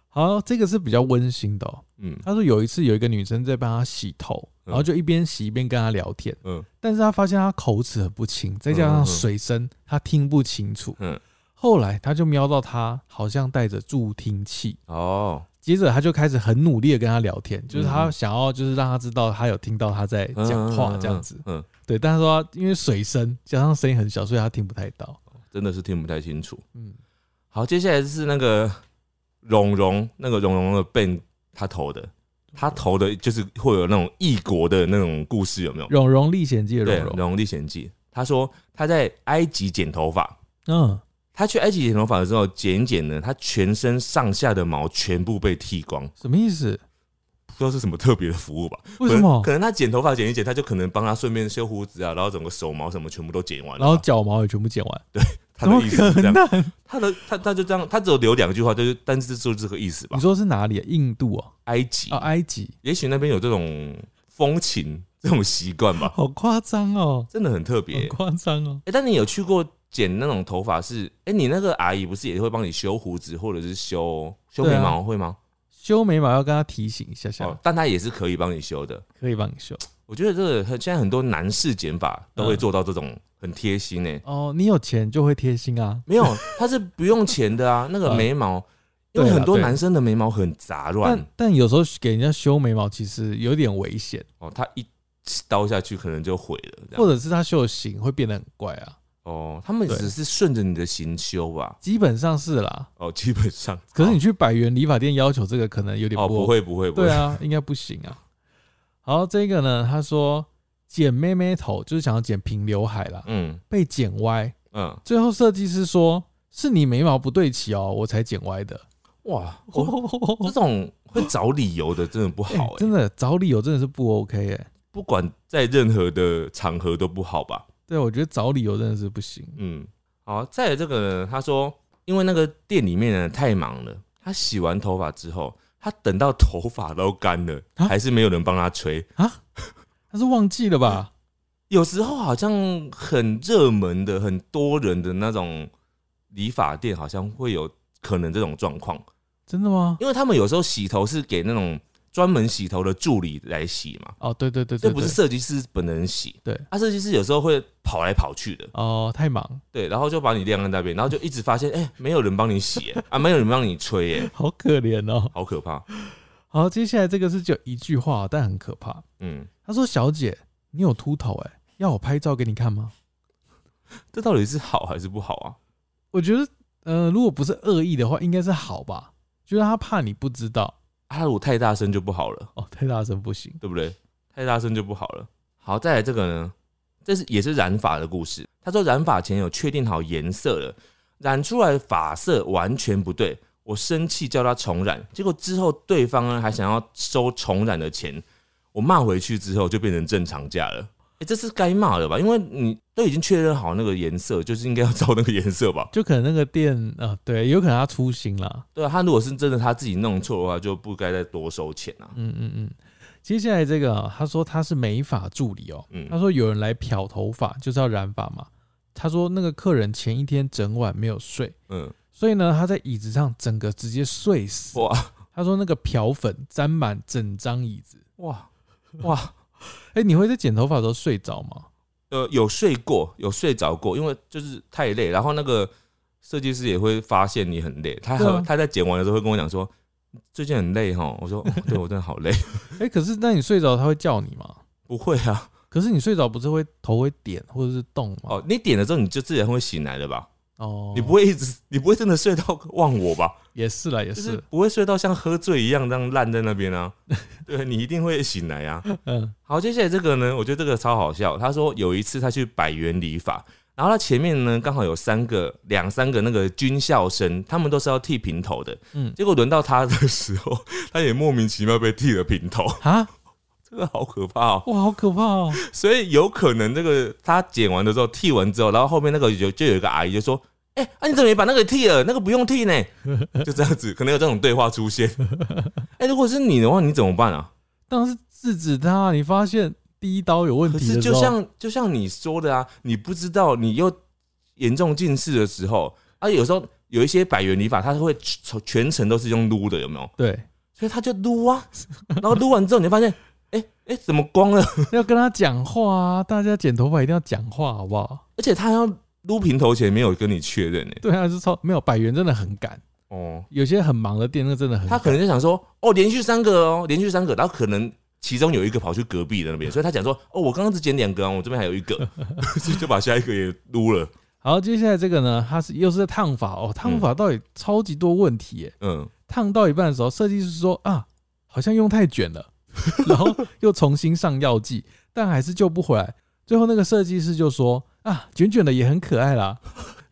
A: 好，这个是比较温馨的、哦。
B: 嗯
A: 他说有一次有一个女生在帮他洗头，然后就一边洗一边跟他聊天，
B: 嗯
A: 但是他发现他口齿很不清，再加
B: 嗯嗯
A: 上
B: 嗯
A: 水声，他听不清楚。
B: 嗯，
A: 后来他就瞄到他好像带着助听器，
B: 哦，
A: 接着他就开始很努力的跟他聊天，就是他
B: 嗯
A: 想要就是让他知道他有听到他在讲话这样子。
B: 嗯，嗯，
A: 对，但是说他因为水声加上声音很小，所以他听不太到。哦
B: 嗯真的是听不太清楚。
A: 嗯，
B: 好，接下来是那个蓉蓉，那个蓉蓉的 Ben 他投的，他投的就是会有那种异国的那种故事，有没有？
A: 《蓉蓉历险记》的
B: 对，
A: 蓉
B: 《
A: 蓉，
B: 蓉历险记》，他说他在埃及剪头发，
A: 嗯，
B: 他去埃及剪头发的时候剪一剪呢，他全身上下的毛全部被剃光，
A: 什么意思？
B: 不知道是什么特别的服务吧？
A: 为什么
B: 可能可能他剪头发剪一剪，他就可能帮他顺便修胡子啊，然后整个手毛什么全部都剪完了吧。
A: 然后脚毛也全部剪完，
B: 他
A: 怎么
B: 的意思是
A: 可
B: 这样，
A: 能？
B: 他的他他就这样，他只有留两句话，就是但是就是这个意思吧
A: 你。说是哪里啊？印度哦，
B: 埃及
A: 啊，埃及，
B: 也许那边有这种风情这种习惯吧，
A: 好夸张哦，
B: 真的很特别
A: 很。夸张哦。
B: 哎、但你有去过剪那种头发是？哎、你那个阿姨不是也会帮你修胡子或者是修修眉
A: 对啊啊
B: 毛、会吗？
A: 修眉毛要跟他提醒一下下，
B: 哦，但她也是可以帮你修的。
A: 可以帮你修
B: 我觉得这个很现在很多男士剪法都
A: 嗯
B: 会做到这种很贴心诶、
A: 哦。你有钱就会贴心啊，
B: 没有，它是不用钱的啊。那个
A: 嗯
B: 眉毛，因
A: 对啊
B: 为很多
A: 对
B: 男生的眉毛很杂乱
A: 但但有时候给人家修眉毛其实有点危险，
B: 哦，他一刀下去可能就毁了这样。
A: 或者是他修的型会变得很怪啊。
B: 哦，他们
A: 对
B: 只是顺着你的行修吧。
A: 基本上是啦，
B: 哦，基本上。
A: 可是你去百元理发店要求这个可能有点
B: 哦，
A: 不
B: 不会不会不
A: 对
B: 会，
A: 啊，应该不行啊。好，这个呢，他说剪妹妹头就是想要剪平刘海啦，
B: 嗯
A: 被剪歪。
B: 嗯，
A: 最后设计师说是你眉毛不对齐哦，我才剪歪的。
B: 哇，我这种会找理由的真的不
A: 欸
B: 好哎、
A: 真的找理由真的是不 OK 哎、
B: 不管在任何的场合都不好吧。
A: 对，我觉得找理由真的是不行。
B: 嗯，好，再来这个呢，他说，因为那个店里面呢太忙了，他洗完头发之后，他等到头发都干了，
A: 啊
B: 还是没有人帮他吹。
A: 他是忘记了
B: 嗯
A: 吧？
B: 有时候好像很热门的、很多人的那种理发店，好像会有可能这种状况，
A: 真的吗？
B: 因为他们有时候洗头是给那种专门洗头的助理来洗嘛，
A: 哦，对对对
B: 这
A: 对
B: 不是
A: 对
B: 设计师本人洗。
A: 对
B: 啊，设计师有时候会跑来跑去的，
A: 哦，太忙，
B: 对，然后就把你晾在那边，然后就一直发现，哎、没有人帮你洗、哎啊，没有人帮你吹、哎，
A: 好可怜哦。
B: 好可怕。
A: 好，接下来这个是只有一句话，但很可怕。
B: 嗯，
A: 他说：“小姐，你有秃头哎、要我拍照给你看吗
B: 这到底是好还是不好啊？？”
A: 我觉得，呃，如果不是恶意的话，应该是好吧？就是他怕你不知道
B: 啊，如果太大声就不好了，
A: 哦，太大声不行。
B: 对不对？太大声就不好了。好，再来这个呢，这是也是染发的故事。他说染发前有确定好颜色了，染出来的发色完全不对，我生气叫他重染，结果之后对方呢还想要收重染的钱，我骂回去之后就变成正常价了。哎、这是该骂的吧？因为你都已经确认好那个颜色，就是应该要照那个颜色吧。
A: 就可能那个店啊、对，有可能他粗心啦。
B: 对啊，他如果是真的他自己弄错的话，就不该再多收钱啊。
A: 嗯嗯嗯。接下来这个啊，他说他是美发助理哦，
B: 嗯
A: 他说有人来漂头发就是要染发嘛，他说那个客人前一天整晚没有睡，
B: 嗯，
A: 所以呢他在椅子上整个直接睡死。
B: 哇
A: 他说那个漂粉沾满整张椅子。
B: 哇哇，
A: 哎、你会在剪头发的时候睡着吗？
B: 呃，有睡过，有睡着过，因为就是太累，然后那个设计师也会发现你很累，他还
A: 对啊
B: 他在剪完的时候会跟我讲说，最近很累哈，我说、哦对我真的好累，
A: 哎、可是那你睡着他会叫你吗？
B: 不会啊，
A: 可是你睡着不是会头会点或者是动吗？
B: 哦，你点了之后你就自然会醒来了吧，
A: 哦
B: 你不会一直，你不会真的睡到忘我吧，
A: 也是啦，也，
B: 就是是不会睡到像喝醉一样这样烂在那边啊，对你一定会醒来啊。
A: 嗯
B: 好，接下来这个呢，我觉得这个超好笑。他说有一次他去百元理发，然后他前面呢刚好有三个、两三个那个军校生，他们都是要剃平头的。
A: 嗯
B: 结果轮到他的时候，他也莫名其妙被剃了平头，
A: 啊，
B: 这个好可怕哦。
A: 哇，好可怕哦！
B: 所以有可能这个他剪完的时候剃完之后，然后后面那个有就有一个阿姨就说：“哎、啊你怎么也把那个剃了？那个不用剃呢？” 就这样子，可能有这种对话出现。哎、如果是你的话，你怎么办啊？
A: 当然是制止他，你发现第一刀有问
B: 可
A: 题
B: 是
A: 的时
B: 就
A: 候，
B: 像就像你说的啊，你不知道你又严重近视的时候，啊，有时候有一些百元理发，它是会全全程都是用撸的，有没有？
A: 对，
B: 所以他就撸啊，然后撸完之后你就发现，哎、哎、怎么光了？
A: 要跟他讲话啊！大家剪头发一定要讲话，好不好？
B: 而且他要撸平头前没有跟你确认呢、
A: 对啊，就超没有百元真的很赶，
B: 哦，
A: 有些很忙的店那真的很
B: 他
A: 赶
B: 可能就想说，哦，连续三个哦，连续三个，然后可能。其中有一个跑去隔壁的那边，所以他讲说：“哦，我刚刚只捡两个啊，我这边还有一个，所以就把下一个也撸了。
A: 好，接下来这个呢，他是又是在烫发哦，烫发到底超级多问题耶。”
B: 嗯，
A: 烫到一半的时候，设计师说啊，好像用太卷了，然后又重新上药剂，但还是救不回来。最后那个设计师就说啊，卷卷的也很可爱啦，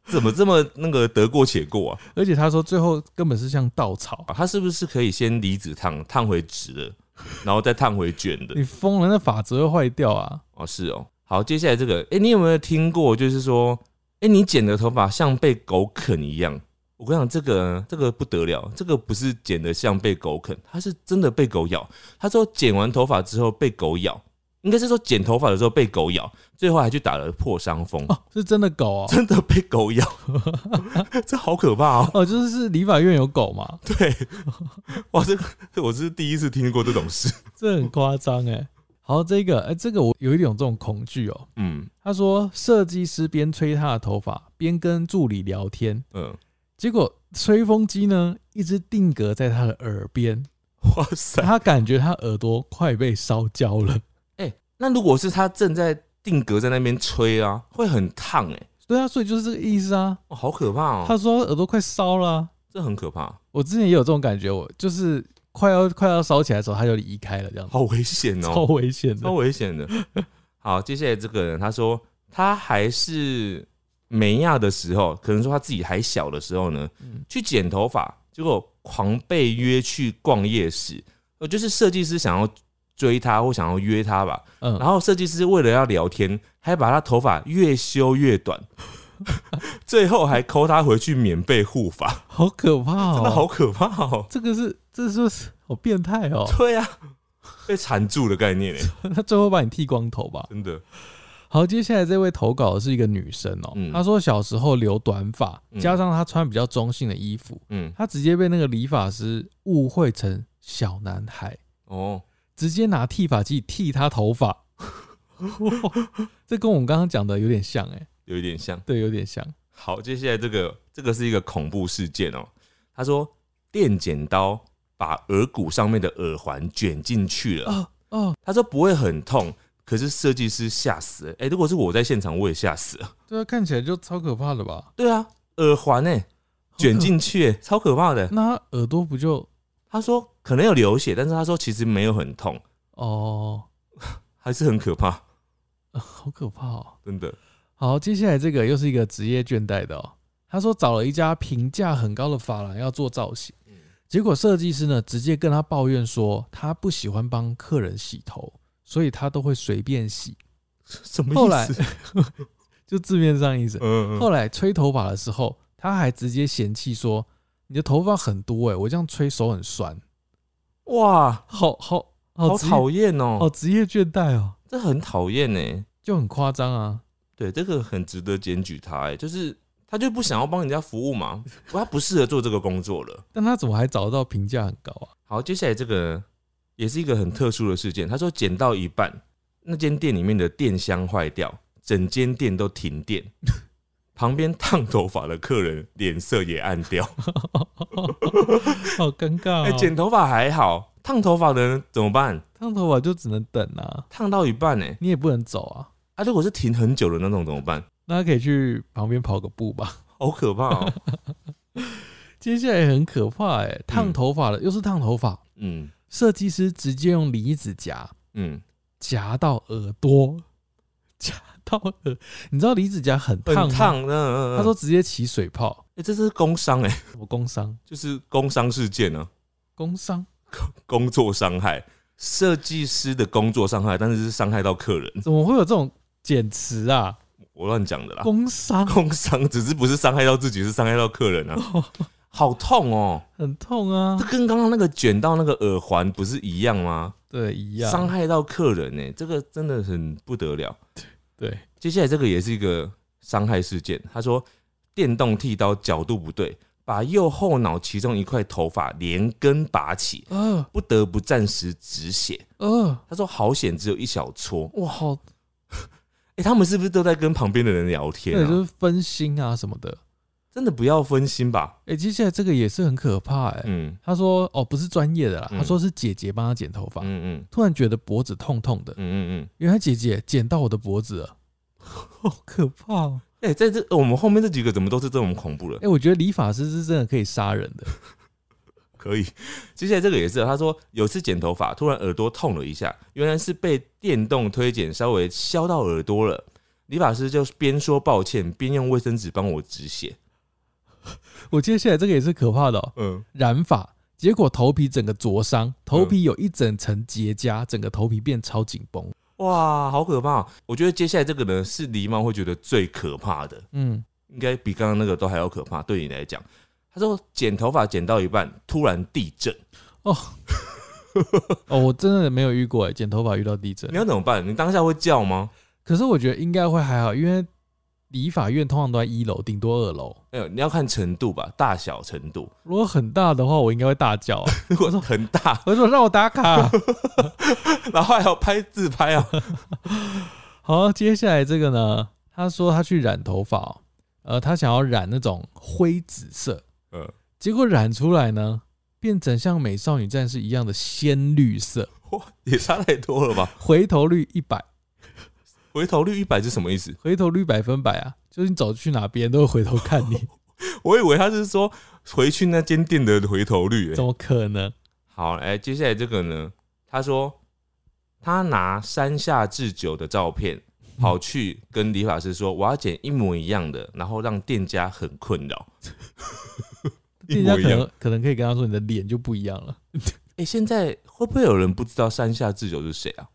B: 怎么这么那个得过且过啊？
A: 而且他说最后根本是像稻草。
B: 啊，他是不是可以先离子烫烫回直的？然后再烫回卷的
A: 你。疯了，那发质会坏掉啊！
B: 哦，是哦。好，接下来这个，哎、你有没有听过？就是说，哎、你剪的头发像被狗啃一样。我跟你讲，这个这个不得了，这个不是剪的像被狗啃，它是真的被狗咬。他说剪完头发之后被狗咬，应该是说剪头发的时候被狗咬，最后还去打了破伤风，
A: 哦，是真的狗哦，
B: 真的被狗咬， 这好可怕哦！
A: 哦，就是是理法院有狗嘛，
B: 对，哇，这个我是第一次听过这种事。
A: 这很夸张哎。好，这个哎、这个我有一种这种恐惧哦。
B: 嗯
A: 他说，设计师边吹他的头发，边跟助理聊天，
B: 嗯，
A: 结果吹风机呢一直定格在他的耳边，
B: 哇塞，
A: 他感觉他耳朵快被烧焦 了。
B: 哎、那如果是他正在定格在那边吹啊，会很烫哎、
A: 对啊，所以就是这个意思啊。
B: 哦，好可怕哦、
A: 他说耳朵快烧了啊、
B: 这很可怕，
A: 我之前也有这种感觉，我就是快要快要烧起来的时候，他就离开了，这样子，
B: 好危险
A: 超
B: 哦、
A: 危险
B: 超
A: 的。
B: 危险的。好，接下来这个人他说他还是美亚的时候，可能说他自己还小的时候呢，
A: 嗯
B: 去剪头发，结果狂被约去逛夜市，呃，就是设计师想要追他或想要约他吧，
A: 嗯，
B: 然后设计师为了要聊天，还把他头发越修 越短，最后还抠他回去免费护发，
A: 好可怕
B: 真的好
A: 哦！
B: 可怕哦！
A: 这个是这是不是好变态 哦？
B: 对啊，被缠住的概念哎，
A: 他最后把你剃光头吧。
B: 真的，
A: 好，接下来这位投稿的是一个女生哦，
B: 嗯
A: 她说小时候留短发，
B: 嗯
A: 加上她穿比较中性的衣服，
B: 嗯，
A: 她直接被那个理发师误会成小男孩，
B: 哦，
A: 直接拿剃发剂剃她头发。这跟我们刚刚讲的有点像哎、
B: 有一点像。
A: 对，有点像。
B: 好，接下来这个这个是一个恐怖事件哦。他说电剪刀把耳骨上面的耳环卷进去了，
A: 哦哦，
B: 他说不会很痛，可是设计师吓死了。哎、如果是我在现场，我也吓死了。
A: 对啊，看起来就超可怕的吧？
B: 对啊，耳环哎、卷进去、欸，超可怕的。
A: 那他耳朵不就
B: 他说可能有流血，但是他说其实没有很痛，
A: 哦，
B: 还是很可怕，
A: 呃好可怕哦。
B: 真的。
A: 好，接下来这个又是一个职业倦怠的哦。他说找了一家评价很高的发廊要做造型，
B: 嗯
A: 结果设计师呢直接跟他抱怨说他不喜欢帮客人洗头，所以他都会随便洗，
B: 什么
A: 后来
B: 意思？
A: 就字面上意思。
B: 嗯
A: 后
B: 来
A: 来吹头发的时候，他还直接嫌弃说你的头发很多哎、我这样吹手很酸，
B: 哇，
A: 好好
B: 好
A: 好职业
B: 讨厌
A: 好
B: 哦，
A: 职业倦怠哦，
B: 这很讨厌欸呢。
A: 就很夸张啊。
B: 对，这个很值得检举他、欸，就是他就不想要帮人家服务嘛，他不适合做这个工作了。
A: 但他怎么还找得到评价很高啊？
B: 好，接下来这个也是一个很特殊的事件。他说剪到一半，那间店里面的电箱坏掉，整间店都停电，旁边烫头发的客人脸色也暗掉。
A: 好尴尬、
B: 哎、剪
A: 哦！
B: 头发还好，烫头发的人怎么办？
A: 烫头发就只能等啊，
B: 烫到一半呢、
A: 你也不能走啊。
B: 啊，如果是停很久的那种怎么办？
A: 那可以去旁边跑个步吧。
B: 好可怕哦、
A: 接下来很可怕哎、烫头发的、又是烫头发，
B: 嗯
A: 设计师直接用离子夹
B: 嗯，
A: 夹到耳朵，夹到耳，你知道离子夹很
B: 很
A: 烫吗
B: 烫。嗯嗯嗯
A: 他说直接起水泡，
B: 哎、这是工伤哎、
A: 什么工伤？
B: 就是工伤事件呢、
A: 工伤
B: 工作伤害，设计师的工作伤害，但是是伤害到客人，
A: 怎么会有这种简词啊？
B: 我乱讲的啦。
A: 工伤
B: 工伤只是不是伤害到自己，是伤害到客 人啊，好痛哦、
A: 很痛啊
B: 这，跟刚刚那个卷到那个耳环不是一样吗？
A: 对，一样，
B: 伤害到客人呢、欸这个真的很不得了。
A: 对，
B: 接下来这个也是一个伤害事件，他说电动剃刀角度不对，把右后脑其中一块头发连根拔起，
A: 呃
B: 不得不暂时止血。
A: 呃，
B: 他说好险只有一小撮，
A: 哇，好
B: 哎、他们是不是都在跟旁边的人聊天、
A: 对，就
B: 啊？
A: 是分心啊什么的。
B: 真的不要分心吧。
A: 哎、接下来这个也是很可怕哎、
B: 嗯
A: 他说哦，不是专业的啦，
B: 嗯
A: 他说是姐姐帮他剪头发，
B: 嗯嗯
A: 突然觉得脖子痛痛的
B: 嗯，嗯嗯。
A: 原来姐姐剪到我的脖子了， 好可怕、哦！
B: 哎、在这我们后面这几个怎么都是这种恐怖
A: 哎、
B: 的？
A: 我觉得理发师是真的可以杀人的。
B: 可以。 接下来这个也是，啊他说有次剪头发，突然耳朵痛了一下，原来是被电动推剪稍微削到耳朵了。理发师就边说抱歉，边用卫生纸帮我止血。
A: 我接下来这个也是可怕的、哦，
B: 嗯，
A: 染发结果头皮整个灼伤，头皮有一整层结痂，整个头皮变超紧绷。
B: 哇，好可怕！我觉得接下来这个呢是狸猫会觉得最可怕的，
A: 嗯，
B: 应该比刚刚那个都还要可怕。对你来讲，他说剪头发剪到一半突然地震，
A: 哦，我真的没有遇过哎，剪头发遇到地震
B: 你。要怎么办？你当下会叫吗？
A: 可是我觉得应该会还好，因为理发院通常都在一楼，顶多二楼。
B: 没哎有，你要看程度吧，大小程度。
A: 如果很大的话，我应该会大叫、 啊，
B: 如果很大，
A: 我就说让我打卡。啊
B: 然后还要拍自拍啊，
A: 好，接下来这个呢，他说他去染头发、哦，呃，他想要染那种灰紫色，
B: 嗯，
A: 结果染出来呢，变成像美少女战士一样的鲜绿色，
B: 哇，也差太多了吧？
A: 回头率一百，
B: 回头率一百是什么意思？
A: 回头率百分百啊！就是你走去哪，别人都会回头看 你，
B: 我以为他是说回去那间店的回头率、欸
A: 怎么可能？
B: 好，哎、接下来这个呢？他说他拿山下智久的照片
A: 嗯
B: 跑去跟理发师说，我要剪一模一样的，然后让店家很困扰。一
A: 店家
B: 模
A: 可
B: 一样。
A: 能可能可以跟他说你的脸就不一样了，
B: 哎、现在会不会有人不知道山下智久是谁啊？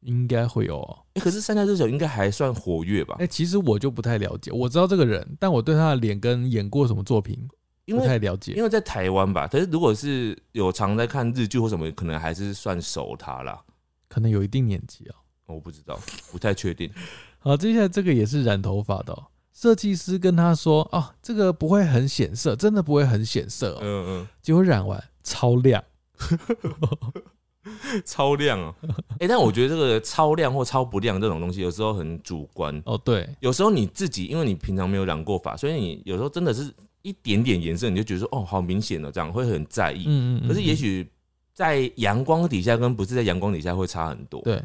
A: 应该会有、哦。
B: 哎、可是山下智久应该还算活跃吧
A: 哎、？其实我就不太了解，我知道这个人，但我对他的脸跟演过什么作品
B: 因
A: 不
B: 为
A: 太了解。
B: 因为在台湾吧，可是如果是有常在看日剧或什么，可能还是算熟他啦。
A: 可能有一定年纪啊。
B: 我不知道，不太确定。
A: 好，接下来这个也是染头发的、哦，设计师跟他说啊，这个不会很显色，真的不会很显色、哦。
B: 嗯
A: 结果染完超亮，
B: 嗯，超 亮啊！哎、但我觉得这个超亮或超不亮这种东西，有时候很主观。
A: 哦，对，
B: 有时候你自己，因为你平常没有染过发，所以你有时候真的是一点点颜色，你就觉得说，哦，好明显哦，这样会很在意。
A: 嗯嗯嗯。
B: 可是也
A: 嗯
B: 许在阳光底下跟不是在阳光底下会差很多。
A: 对，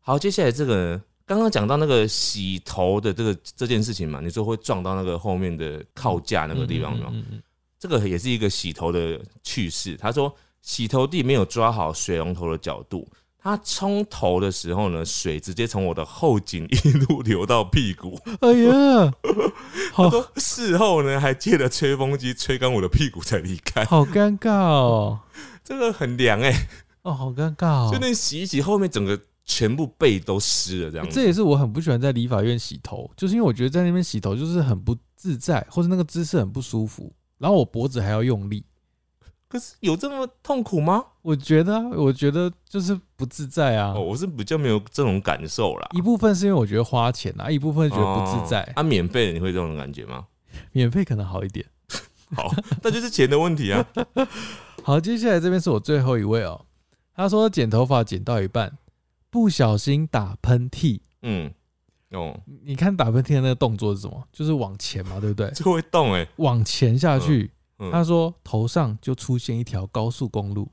B: 好，接下来这个呢刚刚讲到那个洗头的这个这件事情嘛，你说会撞到那个后面的靠架那个地方有没有？
A: 嗯嗯嗯嗯
B: 这个也是一个洗头的趣事。他说，洗头地没有抓好水龙头的角度，他冲头的时候呢，水直接从我的后颈一路流到屁 股。
A: 哎呀，好
B: 他说事后呢，还借了吹风机吹干我的屁股才离开，
A: 好尴尬哦，
B: 这个很凉哎、
A: 哦，好尴尬哦
B: 就。那洗一洗，后面整个全部背都湿了这样子。
A: 哎这也是我很不喜欢在理发院洗头，就是因为我觉得在那边洗头就是很不自在，或是那个姿势很不舒服，然后我脖子还要用力。
B: 可是有这么痛苦吗？
A: 我觉得啊，我觉得就是不自在啊。
B: 哦，我是比较没有这种感受啦。
A: 一部分是因为我觉得花钱啊，一部分觉得不自在。
B: 哦啊，免费的你会这种感觉吗？
A: 免费可能好一点。
B: 好，那就是钱的问题啊。
A: 好，接下来这边是我最后一位哦。他说剪头发剪到一半，不小心打喷嚏。
B: 嗯，哦，
A: 你你看打喷嚏的那个动作是什么？就是往前嘛，对不对？
B: 就会动哎、
A: 往前下去。
B: 嗯嗯
A: 他说头上就出现一条高速公路，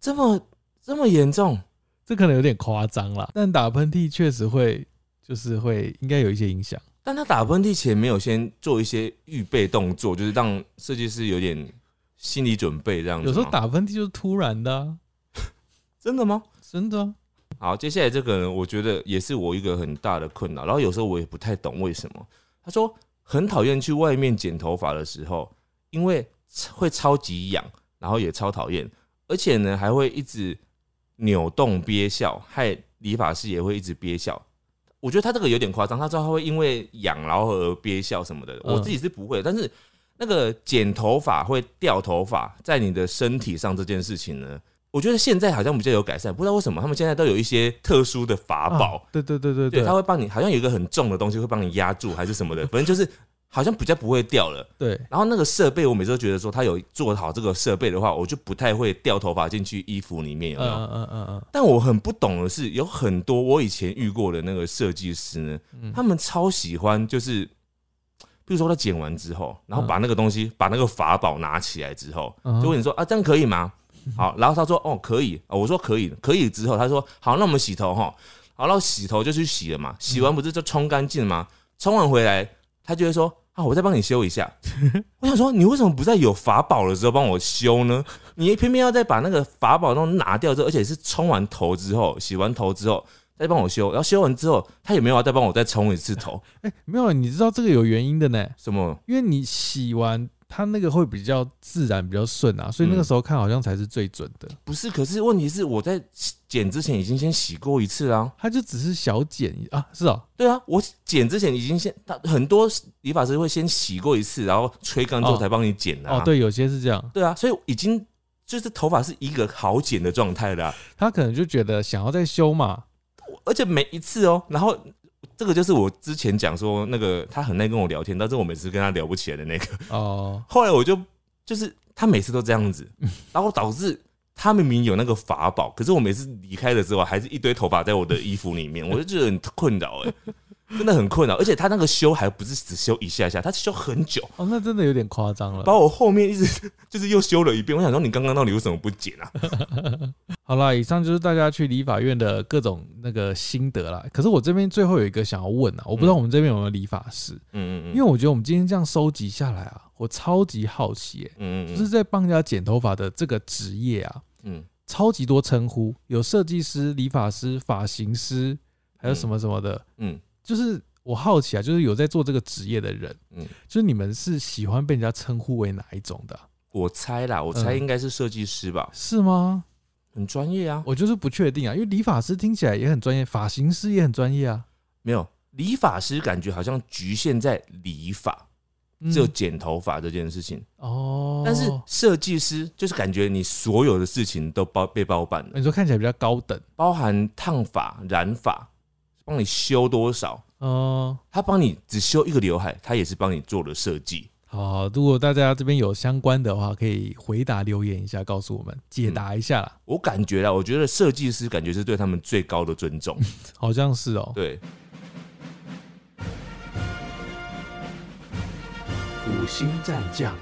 B: 这么这么严重？
A: 这可能有点夸张啦，但打喷嚏确实会，就是会应该有一些影响。
B: 但他打喷嚏前没有先做一些预备动作，就是让设计师有点心理准备这样子
A: 有
B: 吗。
A: 时候打喷嚏就是突然的、啊，
B: 真的吗？
A: 真的啊、
B: 好，接下来这个呢，我觉得也是我一个很大的困扰，然后有时候我也不太懂为什么。他说很讨厌去外面剪头发的时候，因为会超级痒，然后也超讨厌，而且呢还会一直扭动憋笑，害理发师也会一直憋笑。我觉得他这个有点夸张，他说他会因为痒然后而憋笑什么的，
A: 嗯
B: 我自己是不会的，但是。那个剪头发会掉头发在你的身体上这件事情呢，我觉得现在好像比较有改善，不知道为什么他们现在都有一些特殊的法宝，
A: 啊对对对对
B: 对，
A: 对
B: 他会帮你，好像有一个很重的东西会帮你压住还是什 么的，反正就是好像比较不会掉了。
A: 对，
B: 然后那个设备，我每次都觉得说他有做好这个设备的话，我就不太会掉头发进去衣服里面，有没有？
A: 嗯嗯嗯嗯，
B: 但我很不懂的是，有很多我以前遇过的那个设计师呢，
A: 嗯
B: 他们超喜欢就是，比如说他剪完之后，
A: 嗯
B: 然后把那个东西、把那个法宝拿起来之后，
A: 嗯哼
B: 就问你说啊，这样可以吗？好，然后他说哦可以，哦我说可以，可以之后他说好，那我们洗头哈，好，然后洗头就去洗了嘛，洗完不是就冲干净吗？冲完回来他就会说啊，我再帮你修一下。我想说你为什么不在有法宝的时候帮我修呢？你偏偏要再把那个法宝都拿掉之后，而且是冲完头之后，洗完头之后再帮我修，然后修完之后，他也没有要再帮我再冲一次头，
A: 哎、没有，你知道这个有原因的呢，
B: 什么
A: 因为你洗完它那个会比较自然，比较顺啊，所以那
B: 嗯
A: 个时候看好像才是最准的。
B: 不是，可是问题是我在剪之前已经先洗过一次啦、啊。
A: 它就只是小剪一啊，是哦，
B: 对啊，我剪之前已经先，他很多理发师会先洗过一次，然后吹干之后
A: 哦
B: 才帮你剪啊。
A: 哦，对，有些是这样，
B: 对啊，所以已经就是头发是一个好剪的状态了啊、
A: 他可能就觉得想要再修嘛，
B: 而且每一次哦，然后这个就是我之前讲说那个他很爱跟我聊天，但是我每次跟他聊不起来的那个。
A: 哦，
B: 后来我就就是他每次都这样子，然后导致他明明有那个法宝，可是我每次离开了之后，还是一堆头发在我的衣服里面，我就觉得很困扰哎、真的很困扰。而且他那个修还不是只修一下下，他修很久，
A: 哦，那真的有点夸张了。
B: 把我后面一直 就是又修了一遍。我想说，你刚刚到底为什么不剪啊？
A: 好啦，以上就是大家去理发院的各种那个心得啦。可是我这边最后有一个想要问啊，我不知道我们这边有没有理发师，
B: 嗯嗯
A: 因为
B: 嗯
A: 我觉得我们今天这样收集下来啊，我超级好奇、欸，
B: 嗯嗯，
A: 就是在帮人家剪头发的这个职业啊，
B: 嗯
A: 超级多称呼，有设计师、理发师、发型师，还有什么什么的，
B: 嗯
A: 就是我好奇啊，就是有在做这个职业的人，
B: 嗯，
A: 就是你们是喜欢被人家称呼为哪一种的啊、
B: 我猜啦，我猜应该是设计师吧，
A: 是吗？
B: 很专业啊。
A: 我就是不确定啊，因为理发师听起来也很专业，发型师也很专业啊。
B: 没有理发师，感觉好像局限在理发，
A: 嗯
B: 只有剪头发这件事情。
A: 哦，
B: 但是设计师就是感觉你所有的事情都包被包办了，
A: 你说看起来比较高等，
B: 包含烫发、染发，帮你修多少，
A: 嗯、
B: 他帮你只修一个刘海，他也是帮你做了设计。
A: 好，如果大家这边有相关的话，可以回答留言一下，告诉我们解答一下啦。
B: 我感觉啦，我觉得设计师感觉是对他们最高的 尊重。
A: 好像是哦、
B: 对，
C: 五星战将，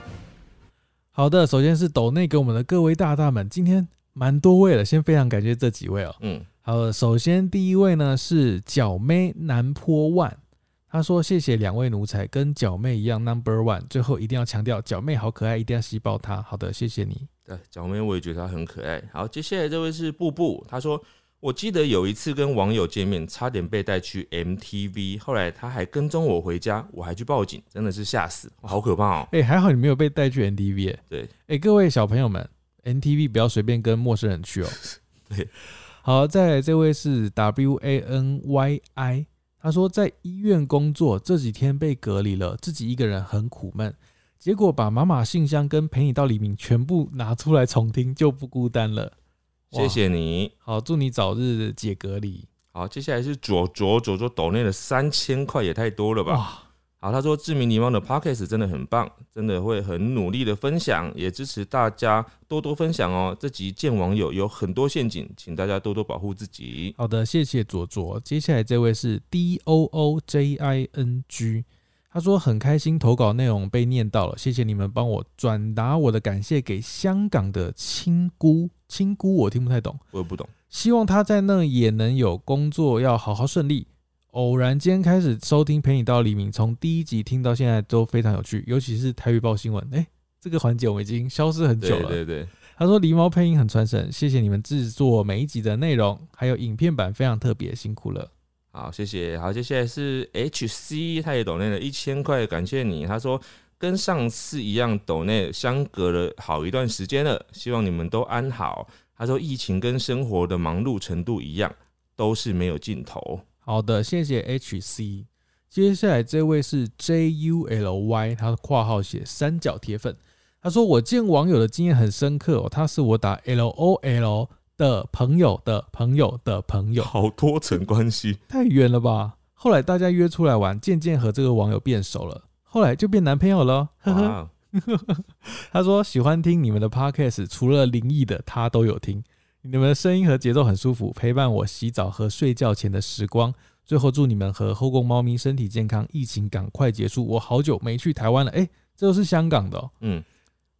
A: 好的，首先是抖内给我们的各位大大们，今天蛮多位了，先非常感谢这几位哦、
B: 嗯，
A: 好，首先第一位呢是角妹南坡万，他说谢谢两位奴才，跟角妹一样 number one，最后一定要强调角妹好可爱，一定要吸爆她。好的，谢谢你。
B: 对，小妹我也觉得她很可爱。好，接下来这位是布布，他说。我记得有一次跟网友见面，差点被带去 MTV，后来他还跟踪我回家，我还去报警，真的是吓死，哇好可怕哦、
A: 哎、还好你没有被带去 NTV、欸。
B: 对
A: 哎、各位小朋友们，NTV 不要随便跟陌生人去哦、
B: 对，
A: 好，再来这位是 W A N Y I，他说在医院工作这几天被隔离了，自己一个人很苦闷，结果把妈妈信箱跟陪你到黎明全部拿出来重听，就不孤单了。哇
B: 谢。谢你。
A: 好，祝你早日解隔离。
B: 好，接下来是左左左左抖内的三千块也太多了吧？
A: 哇，
B: 好，他说志明狸猫的 podcast 真的很棒，真的会很努力的分享，也支持大家多多分享哦。这集见网友有很多陷阱，请大家多多保护自己。
A: 好的，谢谢卓卓。接下来这位是 D O O J I N G，他说很开心投稿内容被念到了，谢谢你们帮我转达我的感谢给香港的亲姑，亲姑我听不太懂，
B: 我也不懂，
A: 希望他在那也能有工作，要好好顺利。偶然间开始收听《陪你到黎明》，从第一集听到现在都非常有趣，尤其是台语报新闻，哎、这个环节我们已经消失很久
B: 对
A: 了。
B: 对对，
A: 他说狸猫配音很传神，谢谢你们制作每一集的内容，还有影片版非常特别，辛苦了。
B: 好，谢谢。好，接下来是 H C，他也抖内了一千块，感谢你。他说跟上次一样，抖内相隔了好一段时间了，希望你们都安好。他说疫情跟生活的忙碌程度一样，都是没有尽头。
A: 好的，谢谢 H C。接下来这位是 J U L Y，他的括号写三角铁粉。他说我见网友的经验很深刻、哦，他是我打 L O L 的朋友的朋友的朋友，
B: 好多层关系，
A: 太远了吧？后来大家约出来玩，渐渐和这个网友变熟了，后来就变男朋友了，呵呵。
B: 哇，哦
A: 他说喜欢听你们的 podcast，除了灵异的他都有听。你们的声音和节奏很舒服，陪伴我洗澡和睡觉前的时光。最后祝你们和后宫猫咪身体健康，疫情赶快结束。我好久没去台湾了，哎、这都是香港的、哦。
B: 嗯。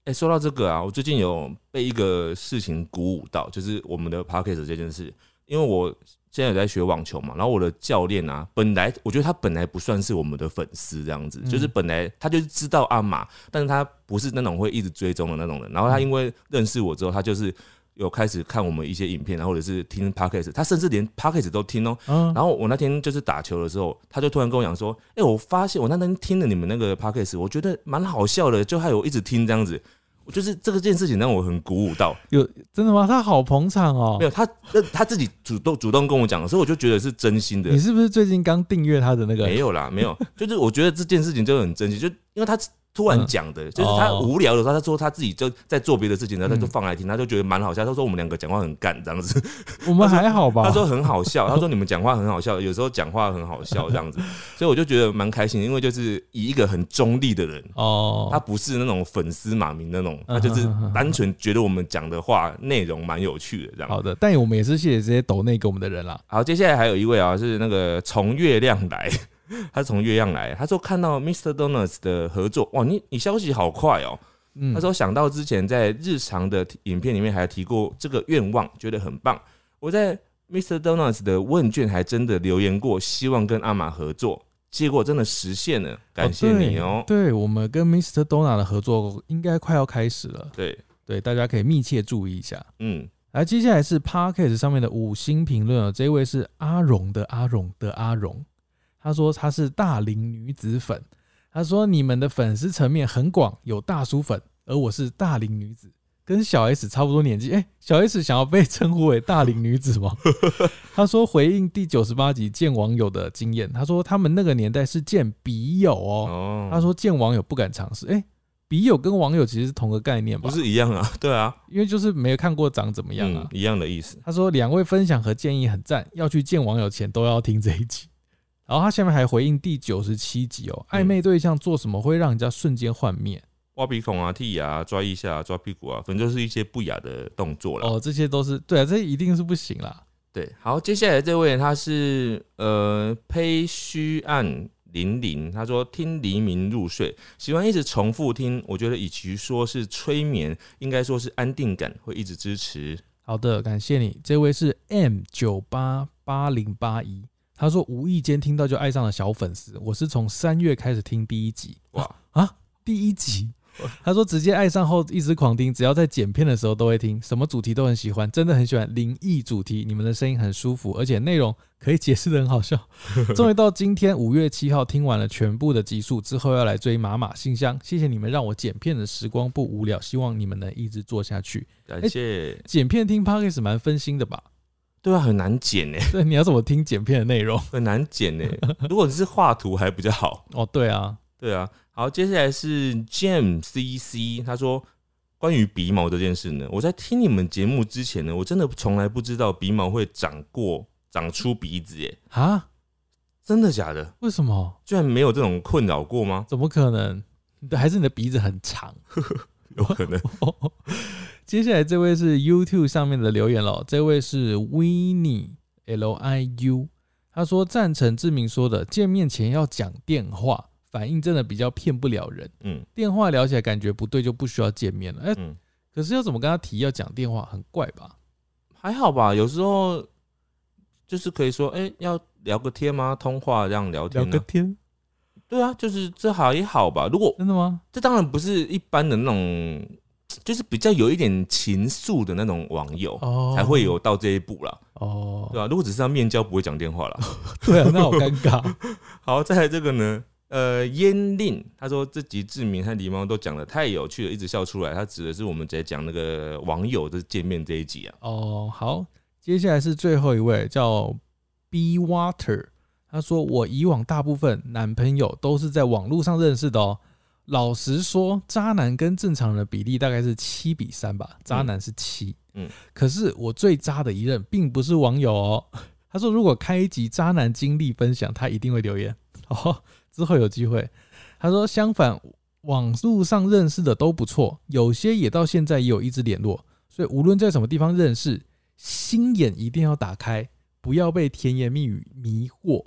B: 哎、说到这个啊，我最近有被一个事情鼓舞到，就是我们的 p o c k e t 这件事。因为我现在有在学网球嘛，然后我的教练啊，本来我觉得他本来不算是我们的粉丝这样子，
A: 嗯
B: 就是本来他就是知道阿玛，但是他不是那种会一直追踪的那种人。然后他因为认识我之后，他就是有开始看我们一些影片，啊然后或者是听 podcast，他甚至连 podcast 都听哦、
A: 嗯，
B: 然后我那天就是打球的时候，他就突然跟我讲说：“哎、我发现我那天听了你们那个 podcast，我觉得蛮好笑的，就害我一直听这样子。我就是这个件事情让我很鼓舞到，
A: 有真的吗？他好捧场哦
B: 没。有他，呃他自己主动主动跟我讲，所以我就觉得是真心的
A: 你。是不是最近刚订阅他的那个
B: 没？有啦，没有，就是我觉得这件事情就很真心，就因为他突然讲的，就是他
A: 嗯哦
B: 无聊的时候，他说他自己就在做别的事情，然后他就
A: 嗯
B: 放来听，他就觉得蛮好笑。他说我们两个讲话很干这样子，
A: 我们还好吧？
B: 他说很 好笑，他说你们讲话很好笑，有时候讲话很好笑这样子，所以我就觉得蛮开心，因为就是以一个很中立的人，
A: 哦，
B: 他不是那种粉丝马明那种，他
A: 嗯哼
B: 就是
A: 嗯哼
B: 单纯觉得我们讲的话内容蛮有趣的这样。
A: 好的，但我们也是谢谢这些抖内给我们的人啦。
B: 好，接下来还有一位啊，是那个从月亮来， 他是从月亮来，他说看到 Mr. Donuts 的合作，哇，你你消息好快哦、
A: 嗯，
B: 他说想到之前在日常的影片里面还提过这个愿望，觉得很棒。我在 Mr. Donuts 的问卷还真的留言过，希望跟阿玛合作，结果真的实现了，感谢你哦、
A: 对对我们跟 Mr. Dona 的合作应该快要开始了，
B: 对，
A: 对，大家可以密切注意一下。
B: 嗯，
A: 来，接下来是 Podcast 上面的五星评论哦，这位是阿荣的阿荣的阿荣，他说他是大龄女子粉，他说你们的粉丝层面很广，有大叔粉，而我是大龄女子，跟小 S 差不多年纪，哎、小 S 想要被称呼为大龄女子吗？ 他说回应第九十八集见网友的经验，他说他们那个年代是见笔友哦，
B: 哦
A: 他说见网友不敢尝试，哎、笔友跟网友其实是同个概念吧
B: 不？是一样啊， 对啊，
A: 因为就是没有看过长怎么样啊。
B: 嗯，一样的意思，
A: 他说两位分享和建议很赞，要去见网友前都要听这一集。 然后他下面还回应第九十七集哦，
B: 嗯
A: 暧昧对象做什么会让人家瞬间幻灭？
B: 挖鼻孔啊，剔牙啊、抓腋下啊、抓屁股啊，反正就是一些不雅的动作啦。
A: 哦，这些都是对啊，这一定是不行啦。
B: 对，好，接下来这位他是呃胚虚暗零零，他说听黎明入睡，喜欢一直重复听，我觉得与其说是催眠，应该说是安定感，会一直支 持。
A: 好的，感谢你。这位是 M 九八八零八一，他说无意间听到就爱上了小粉丝，我是从三月开始听第一集，
B: 哇，
A: 第一集。他说直接爱上后一直狂听，只要在剪片的时候都会听，什么主题都很喜欢，真的很喜欢灵异主题。你们的声音很舒服，而且内容可以解释的很好笑。终于到今天五月七号听完了全部的集数之后，要来追马马信箱。谢谢你们让我剪片的时光不无聊，希望你们能一直做下去。
B: 感谢。
A: 剪片听 podcast 蛮分心的吧？
B: 对啊，很难剪呢，
A: 对，你要怎么听剪片的内容？
B: 很难剪 呢。如果你是画图还比较好。
A: 哦，对啊，
B: 对啊，好，接下来是 Jam C C，他说关于鼻毛这件事呢，我在听你们节目之前呢，我真的从来不知道鼻毛会长过长出鼻子欸耶，
A: 啊，
B: 真的假的？
A: 为什么？
B: 居然没有这种困扰过吗？
A: 怎么可能？你的还是你的鼻子很长？
B: 有可能
A: 哦， 接下来这位是 YouTube 上面的留言了，这位是 Winnie L I U，他说赞成志明说的，见面前要讲电话，反应真的比较骗不了人。
B: 嗯
A: 电话聊起来感觉不对，就不需要见面了。哎、
B: 嗯，
A: 可是要怎么跟他提要讲电话，很怪吧？
B: 还好吧。有时候就是可以说，哎、要聊个天吗？通话这样聊天、啊，
A: 天，
B: 对啊，就是这还好吧。如果
A: 真的吗？
B: 这当然不是一般的那种，就是比较有一点情愫的那种网友。
A: 哦，
B: 才会有到这一步啦，
A: 哦
B: 对，吧、如果只是要面交，不会讲电话啦。
A: 对啊，那好尴尬。
B: 好，再来这个呢，呃，烟令他说这集志明和狸猫都讲的太有趣了，一直笑出来。他指的是我们在讲那个网友的见面这一集啊。
A: 哦，好，接下来是最后一位叫 B Water，他说我以往大部分男朋友都是在网络上认识的哦。老实说，渣男跟正常人的比例大概是七比三吧，渣男是七、
B: 嗯
A: 可是我最渣的一任并不是网友哦。他说如果开一集渣男经历分享，他一定会留言 哦。之后有机会，他说相反，网络上认识的都不错，有些也到现在也有一直联络。所以无论在什么地方认识，心眼一定要打开，不要被甜言蜜语迷惑。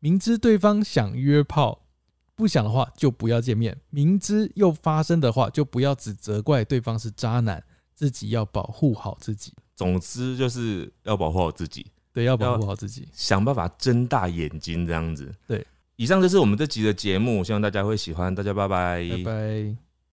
A: 明知对方想约炮，不想的话就不要见面；明知又发生的话，就不要只责怪对方是渣男，自己要保护好自己。
B: 总之就是要保护好自己，
A: 对，要保护好自己。
B: 想办法睁大眼睛这样子。
A: 对，
B: 以上就是我们这集的节目，希望大家会喜欢，大家拜拜
A: 拜拜。